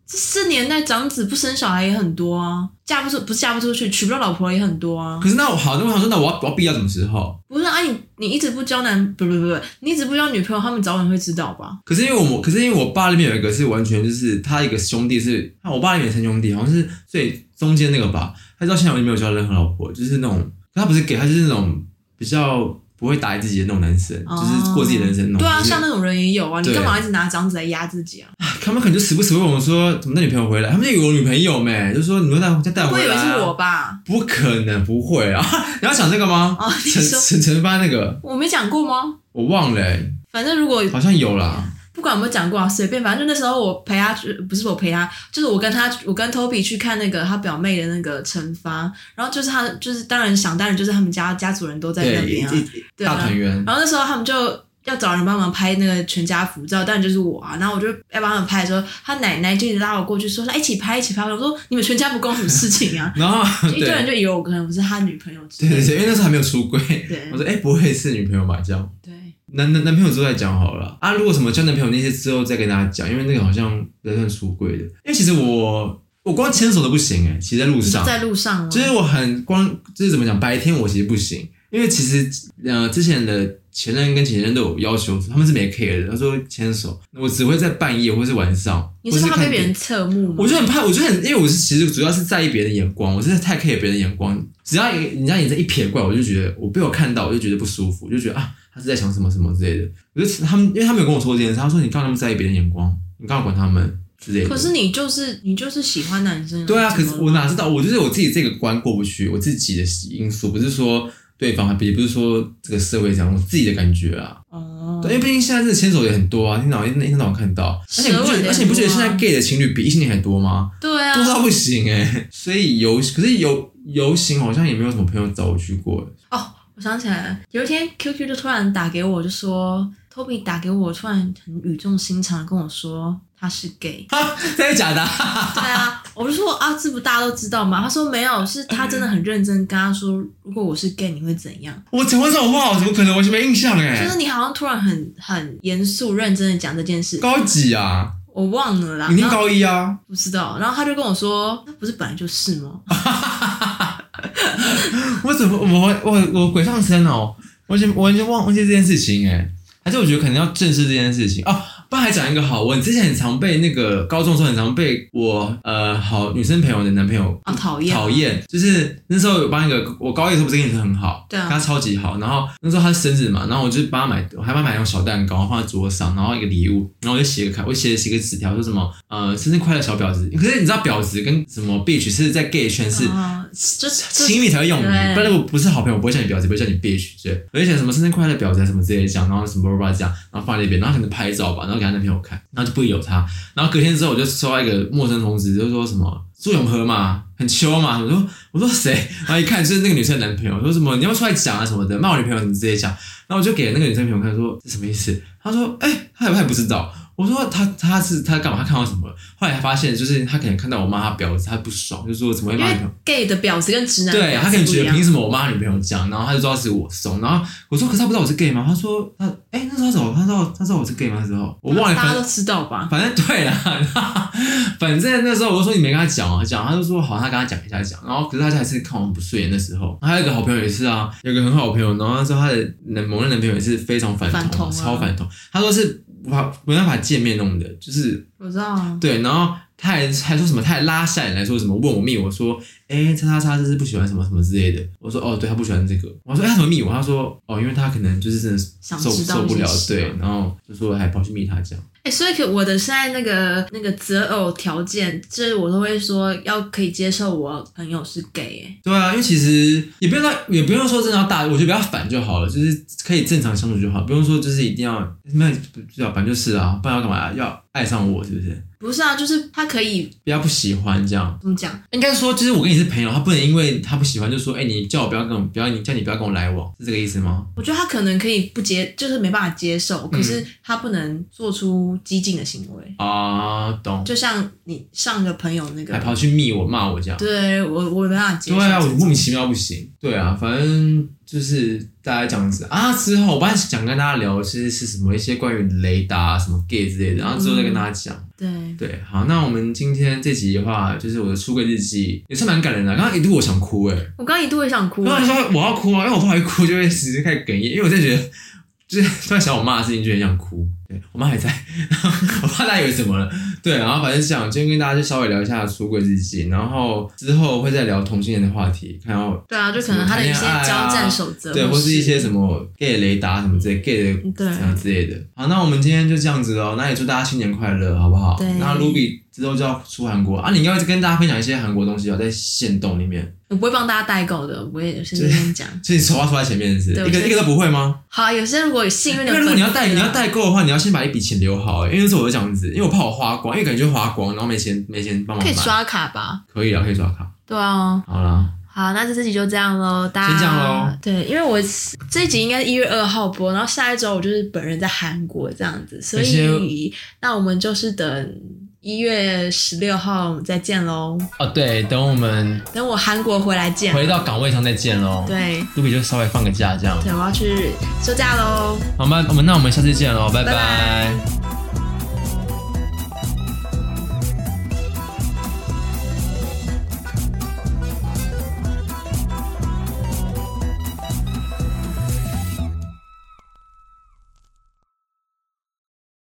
[SPEAKER 2] 这这年代长子不生小孩也很多啊，嫁不出不是嫁不出去，娶不到老婆也很多啊。
[SPEAKER 1] 可是那我好，那我想说，那我要我要避到什么时候？
[SPEAKER 2] 不是啊，你你一直不交男，不不不，你一直不交女朋友，他们早晚会知道吧？
[SPEAKER 1] 可是因为我，可是因为我爸那边有一个是完全就是他一个兄弟是，啊我爸那边有三兄弟，好像是最中间那个吧，他到现在我也没有交任何老婆，就是那种他不是给他就是那种比较不会打理自己的那种男生，就是过自己人生那种。
[SPEAKER 2] 啊哦对啊，
[SPEAKER 1] 就是
[SPEAKER 2] 像那种人也有啊，你
[SPEAKER 1] 对
[SPEAKER 2] 干嘛一直拿长子来压自己啊？
[SPEAKER 1] 他们可能就时不时会问我说怎么带女朋友回来，他们就以为我女朋友没，就说你们带再带
[SPEAKER 2] 不
[SPEAKER 1] 回
[SPEAKER 2] 会以
[SPEAKER 1] 来、
[SPEAKER 2] 为是
[SPEAKER 1] 啊。
[SPEAKER 2] 我吧？
[SPEAKER 1] 不可能，不会啊！你要讲这个吗？
[SPEAKER 2] 哦你
[SPEAKER 1] 陈
[SPEAKER 2] 说
[SPEAKER 1] 陈陈帆那个
[SPEAKER 2] 我没讲过吗？
[SPEAKER 1] 我忘了、欸
[SPEAKER 2] 反正如果
[SPEAKER 1] 好像有啦。
[SPEAKER 2] 不管有没有讲过啊，随便，反正就那时候我陪他去，不是我陪他，就是我跟他，我跟 Toby 去看那个他表妹的那个惩罚，然后就是他，就是当然想当然就是他们家家族人都在那
[SPEAKER 1] 对，
[SPEAKER 2] 边啊，
[SPEAKER 1] 一
[SPEAKER 2] 对
[SPEAKER 1] 大
[SPEAKER 2] 啊，
[SPEAKER 1] 团圆。
[SPEAKER 2] 然后那时候他们就要找人帮忙拍那个全家福照，当然就是我啊。然后我就要帮他们拍的时候，他奶奶就一直拉我过去说：“来一起拍，一起拍。”我说：“你们全家福关我什么事情啊
[SPEAKER 1] 然 后？”
[SPEAKER 2] 一堆人就以为我可能不是他女朋友之
[SPEAKER 1] 对
[SPEAKER 2] 类
[SPEAKER 1] 对
[SPEAKER 2] 的。
[SPEAKER 1] 对，因为那时候还没有出柜
[SPEAKER 2] 对。
[SPEAKER 1] 我说，哎、不会是女朋友吧？这样，
[SPEAKER 2] 对
[SPEAKER 1] 男男男朋友之后再讲好了啊。如果什么交男朋友那些之后再跟大家讲，因为那个好像不太算出柜的。因为其实我我光牵手都不行哎、其实在路上，
[SPEAKER 2] 在路上吗？
[SPEAKER 1] 就是我很光就是怎么讲，白天我其实不行，因为其实呃之前的前任跟前任都有要求，他们是没 care 的，他说牵手，我只会在半夜或是晚上，
[SPEAKER 2] 你是
[SPEAKER 1] 或
[SPEAKER 2] 怕被
[SPEAKER 1] 看
[SPEAKER 2] 别
[SPEAKER 1] 电
[SPEAKER 2] 人侧目吗？
[SPEAKER 1] 我就很怕，我就很，因为我是其实主要是在意别人的眼光，我真的太 care 别人的眼光。只要人家眼睛一瞥过来，我就觉得我被我看到，我就觉得不舒服，我就觉得啊，他是在想什么什么之类的。我就他们，因为他们有跟我说这件事，他说你干嘛那么在意别人的眼光，你干嘛管他们之类的。
[SPEAKER 2] 可是你就是你就是喜欢男生、
[SPEAKER 1] 对啊，可是
[SPEAKER 2] 怎么
[SPEAKER 1] 我
[SPEAKER 2] 了
[SPEAKER 1] 哪知道？我就是我自己这个关过不去，我自己的因素，不是说对方，也不是说这个社会这样，我自己的感觉啊。
[SPEAKER 2] 哦，
[SPEAKER 1] 对，因为毕竟现在这牵手也很多啊，一天到晚一天到晚看到，而且你不觉
[SPEAKER 2] 舌吻也
[SPEAKER 1] 得，而且你不觉得
[SPEAKER 2] 很
[SPEAKER 1] 现
[SPEAKER 2] 多啊
[SPEAKER 1] 在 gay 的情侣比异性恋还多吗？
[SPEAKER 2] 对啊，
[SPEAKER 1] 多到不行哎、所以游可是游游行好像也没有什么朋友找我去过，
[SPEAKER 2] 哦，我想起来了，有一天 QQ 就突然打给我，就说 Toby 打给我，突然很语重心长地跟我说他是 gay。
[SPEAKER 1] 真的假的？
[SPEAKER 2] 对啊，我就说啊，这不大家都知道吗？他说没有，是他真的很认真跟他说，如果我是 gay 你会怎样？
[SPEAKER 1] 我讲过这种话，我怎么可能完全没印象哎、
[SPEAKER 2] 就是你好像突然很很严肃认真的讲这件事，
[SPEAKER 1] 高几啊？
[SPEAKER 2] 我忘了啦。
[SPEAKER 1] 你念
[SPEAKER 2] 然后
[SPEAKER 1] 高一啊？
[SPEAKER 2] 不知道，然后他就跟我说，那不是本来就是吗？
[SPEAKER 1] 我怎么我我我鬼上身哦？我完全我完全忘忘记这件事情哎、还是我觉得可能要正视这件事情哦。不然还讲一个好，我之前很常被那个高中的时候很常被我呃好女生朋友的男朋友
[SPEAKER 2] 啊，讨厌，
[SPEAKER 1] 讨，厌，就是那时候有帮一个我高一的时候不是跟你说很好，
[SPEAKER 2] 对啊
[SPEAKER 1] 跟他超级好。然后那时候他生日嘛，然后我就帮他买，我还帮他买那种小蛋糕，然后放在桌上，然后一个礼物，然后我就写个卡，我写写个纸条，说什么呃生日快乐小婊子。可是你知道婊子跟什么 bitch 是在 gay 圈是
[SPEAKER 2] 啊，就就
[SPEAKER 1] 亲密才会用的，
[SPEAKER 2] 对
[SPEAKER 1] 不然我不是好朋友，我不会叫你婊子，不会叫你 bitch，对，我就想什么生日快乐婊子啊什么之类的讲，然后什
[SPEAKER 2] 嗯
[SPEAKER 1] 么巴拉巴拉讲，然后放在那边，然后可能拍照吧，然后给她男朋友看，然后就不有她，然后隔天之后我就收到一个陌生通知，就说什么朱永和嘛，很秋嘛，我说我说谁，然后一看就是那个女生的男朋友，说什么你要不要出来讲啊什么的，骂我女朋友什么之类的讲，然后我就给那个女生朋友看说这什么意思，她说哎、她也她也不知道。我说她她是她干嘛？她看到什么了？后来才发现，就是她可能看到我骂她婊子，她不爽，就说怎么会
[SPEAKER 2] 因
[SPEAKER 1] 骂女
[SPEAKER 2] 为
[SPEAKER 1] 朋友？
[SPEAKER 2] gay 的婊子跟直男的
[SPEAKER 1] 对
[SPEAKER 2] 婊
[SPEAKER 1] 他可
[SPEAKER 2] 子
[SPEAKER 1] 能
[SPEAKER 2] 不一
[SPEAKER 1] 觉得
[SPEAKER 2] 样
[SPEAKER 1] 凭。什么我妈女朋友这样，然后他就知道是我送，然后我说可是他不知道我是 gay 吗？他说他哎、那时候他怎么他知道他知道我是 gay 吗？那时候我忘了，
[SPEAKER 2] 大
[SPEAKER 1] 反
[SPEAKER 2] 家
[SPEAKER 1] 正
[SPEAKER 2] 都知道吧？
[SPEAKER 1] 反正对啦，反正那时候我就说你没跟他讲啊讲，他就说好，他跟他讲一下讲，然后可是他就还是看我很不顺眼的时候，还有一个好朋友也是啊，有一个很好的朋友，然后他说他的男某任男朋友也是非常反
[SPEAKER 2] 反
[SPEAKER 1] 同，
[SPEAKER 2] 同啊
[SPEAKER 1] 超反同，他说是无法没办法见面弄的，就是
[SPEAKER 2] 我知道啊，
[SPEAKER 1] 对，然后他还还说什么，他还拉下脸来说什么，问我密我说，哎，叉叉叉这是不喜欢什么什么之类的。我说哦，对他不喜欢这个。我说哎，他怎么密我？他说哦，因为他可能就是真的
[SPEAKER 2] 想
[SPEAKER 1] 受
[SPEAKER 2] 知道
[SPEAKER 1] 受不了
[SPEAKER 2] 这件，事
[SPEAKER 1] 对，然后就说还跑去密他这样。
[SPEAKER 2] 哎、所以可我的现在那个那个择偶条件，就是我都会说要可以接受我朋友是 gay，、欸、
[SPEAKER 1] 对啊，因为其实也不用到也不用说真的要大，我觉得不要反就好了，就是可以正常相处就好，不用说就是一定要那最好反正就是啊，不然要干嘛、要爱上我是不是？
[SPEAKER 2] 不是啊，就是他可以
[SPEAKER 1] 不要不喜欢这样。
[SPEAKER 2] 怎么讲？
[SPEAKER 1] 应该说，就是我跟你是朋友，他不能因为他不喜欢就说，哎、你叫我不要跟我不要你叫你不要跟我来往，是这个意思吗？
[SPEAKER 2] 我觉得他可能可以不接，就是没办法接
[SPEAKER 1] 嗯
[SPEAKER 2] 受，可是他不能做出激进的行为，
[SPEAKER 1] 啊，懂，
[SPEAKER 2] 就像你上个朋友那
[SPEAKER 1] 还
[SPEAKER 2] 个，
[SPEAKER 1] 跑去密我骂我这样。
[SPEAKER 2] 对我我没办法接
[SPEAKER 1] 对
[SPEAKER 2] 受。
[SPEAKER 1] 啊，我莫名其妙不行。对啊，反正就是大概这样子啊。之后我本来想跟大家聊，其实是什么一些关于雷达、什么 gay 之类的，
[SPEAKER 2] 嗯
[SPEAKER 1] 然后之后再跟大家讲。
[SPEAKER 2] 对，
[SPEAKER 1] 对，好，那我们今天这集的话，就是我的出柜日记，也是蛮感人的。刚刚一度我想哭哎、
[SPEAKER 2] 我刚刚一度也想哭、
[SPEAKER 1] 刚
[SPEAKER 2] 欸
[SPEAKER 1] 刚，说我要哭啊，因为我怕一哭就会直接开始哽咽，因为我真的觉得。就是 突然想我妈的事情，就很想哭。对我妈还在，我怕大家以为怎么了。对，然后反正是这样，今天跟大家就稍微聊一下出轨日记，然后之后会再聊同性恋的话题，看要
[SPEAKER 2] 对啊，就可能他的一些
[SPEAKER 1] 什么谈恋爱啊
[SPEAKER 2] 交战守则、
[SPEAKER 1] 对，或是一些什么 gay 雷达什么之类 gay 的
[SPEAKER 2] 对
[SPEAKER 1] 什么之类的。好，那我们今天就这样子哦，那也祝大家新年快乐，好不好
[SPEAKER 2] 对？
[SPEAKER 1] 那 Ruby 之后就要出韩国啊，你应该会跟大家分享一些韩国东西哦，在线动里面，
[SPEAKER 2] 我不会帮大家代购的，我也是这边讲。
[SPEAKER 1] 所以你手画出来前面是不
[SPEAKER 2] 对
[SPEAKER 1] 是
[SPEAKER 2] 我
[SPEAKER 1] 一
[SPEAKER 2] 是
[SPEAKER 1] 个一个都不会吗？
[SPEAKER 2] 好，有些如果有幸运的
[SPEAKER 1] 因为
[SPEAKER 2] 粉
[SPEAKER 1] 如
[SPEAKER 2] 丝啊，
[SPEAKER 1] 果你要代你要代购的话，你要先把一笔钱留好、欸，因为那时候我就这样子，因为我怕我花光，因为感觉就花光，然后没钱没钱帮忙
[SPEAKER 2] 可以
[SPEAKER 1] 买。
[SPEAKER 2] 刷卡吧？
[SPEAKER 1] 可以啊，可以刷卡。
[SPEAKER 2] 对啊，
[SPEAKER 1] 好啦，
[SPEAKER 2] 好，那这集就这样喽，大家
[SPEAKER 1] 先这样咯
[SPEAKER 2] 对，因为我这一集应该是一月二号播，然后下一周我就是本人在韩国这样子，所
[SPEAKER 1] 而
[SPEAKER 2] 以
[SPEAKER 1] 且
[SPEAKER 2] 那我们就是等一月十六号我们再见喽，
[SPEAKER 1] 哦对，等我们
[SPEAKER 2] 等我韩国回来见。
[SPEAKER 1] 回到岗位上再见喽。，
[SPEAKER 2] 对
[SPEAKER 1] 露比就稍微放个假这样。
[SPEAKER 2] 对，我要去休假喽。
[SPEAKER 1] 好吧，我们那我们下次见喽，拜
[SPEAKER 2] 拜拜
[SPEAKER 1] 拜